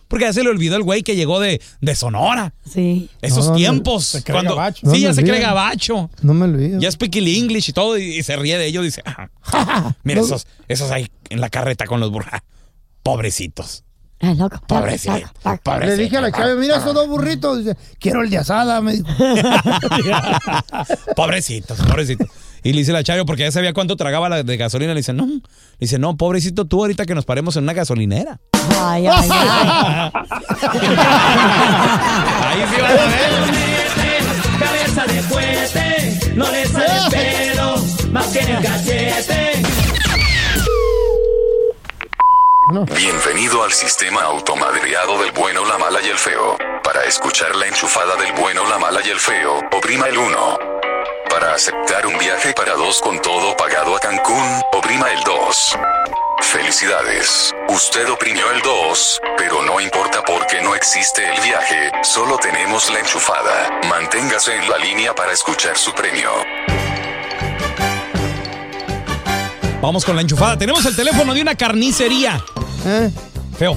Porque ya se le olvidó el güey que llegó de, de Sonora. Sí. Esos No, no, tiempos. se cree cuando, gabacho. Sí, No ya me se cree olvido. gabacho. No me olvido. Ya speak el English y todo, y, y se ríe de ellos. Dice, "Ah, ja, ja, mira, No. esos, esos ahí en la carreta con los burjas. Pobrecitos. Ah, loco. Pobrecitos. Le dije a la chave, mira esos dos burritos. Dice, quiero el de asada, me dijo. pobrecitos, pobrecitos. Y le dice la Chayo, porque ya sabía cuánto tragaba la de gasolina. Le dice, no. Le dice, no, pobrecito tú, ahorita que nos paremos en una gasolinera. Ay, ay, ay. Ahí sí vas a ver. Cabeza de fuerte, no le sale pelo, más que en el cachete. Bienvenido al sistema automadreado del bueno, la mala y el feo. Para escuchar la enchufada del bueno, la mala y el feo, oprima el 1. Para aceptar un viaje para dos con todo pagado a Cancún, oprima el 2. Felicidades, usted oprimió el 2, pero no importa porque no existe el viaje, solo tenemos la enchufada. Manténgase en la línea para escuchar su premio. Vamos con la enchufada. Tenemos el teléfono de una carnicería. Eh, Feo.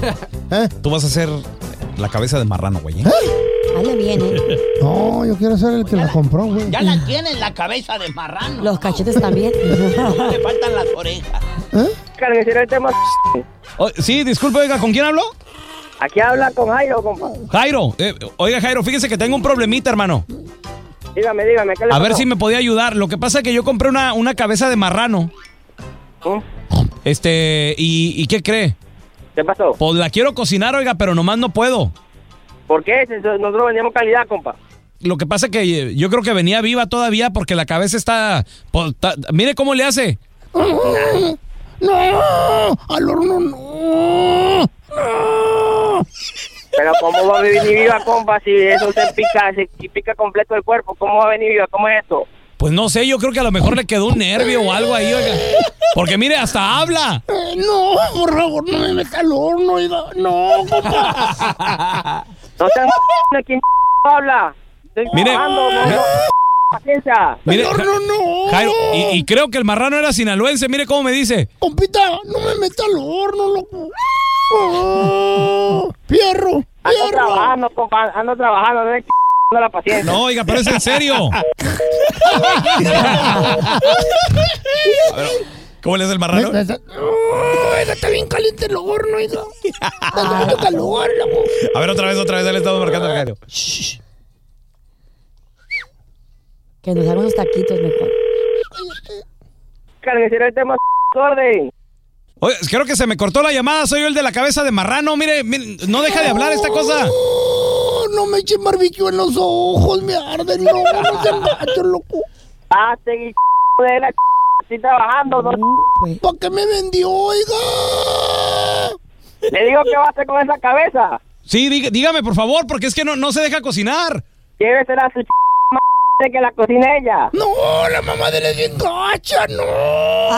Tú vas a ser la cabeza de marrano, güey. ¿eh? Hazle bien, ¿eh? No, yo quiero ser el que la compró, güey. Ya la tienen la cabeza de marrano. Los cachetes también. No le faltan las orejas. ¿Eh? Carnicero, el tema. Oh, sí, disculpe, oiga, ¿con quién hablo? Aquí habla con Jairo, compa. Jairo. Eh, oiga, Jairo, fíjese que tengo un problemita, hermano. Dígame, dígame, ¿qué le A ver pasó? si me podía ayudar. Lo que pasa es que yo compré una, una cabeza de marrano. Este, y, ¿y qué cree? ¿Qué pasó? Pues la quiero cocinar, oiga, pero nomás no puedo. ¿Por qué? Si Nosotros vendíamos calidad, compa. Lo que pasa es que eh, yo creo que venía viva todavía porque la cabeza está... pues, ta- mire cómo le hace. No, al horno no. Pero ¿cómo va a venir viva, compa, si eso se pica, se pica completo el cuerpo? ¿Cómo va a venir viva? ¿Cómo es esto? Pues no sé, yo creo que a lo mejor le quedó un nervio o algo ahí, oiga. Porque mire, hasta habla. Eh, no, por favor, no me meta al horno. oiga. No, compa. No sean de quién habla. Estoy Mire. trabajando, no, no. Paciencia. Mire, no, no. Jairo, y, y creo que el marrano era sinaloense, mire cómo me dice. Compita, no me meta al horno, loco. Oh, Pierro, Ando trabajando, compa, ando trabajando, no le dando la paciencia. No, oiga, pero es en serio. ¿Cómo le hace el marrano? Oiga, está bien caliente el horno, oiga. Está mucho calor, loco. A ver, otra vez, otra vez, ya le estamos marcando a Jairo. Que nos hagan unos taquitos mejor. Carnicero, este más orden. Oye, creo que se me cortó la llamada, soy yo el de la cabeza de marrano, mire, mire, no deja de hablar esta cosa. Oh, no me echen barbecue en los ojos, me arden, no, no sean gachos, loco. Ah, seguí de la estoy trabajando, no. pues. ¿Para qué me vendió, oiga? Le digo que va a hacer con esa cabeza. Sí, dí- dígame por favor, porque es que no, no se deja cocinar. Llévesela a su madre que la cocine ella. No, la mamá de la es bien gacha, no.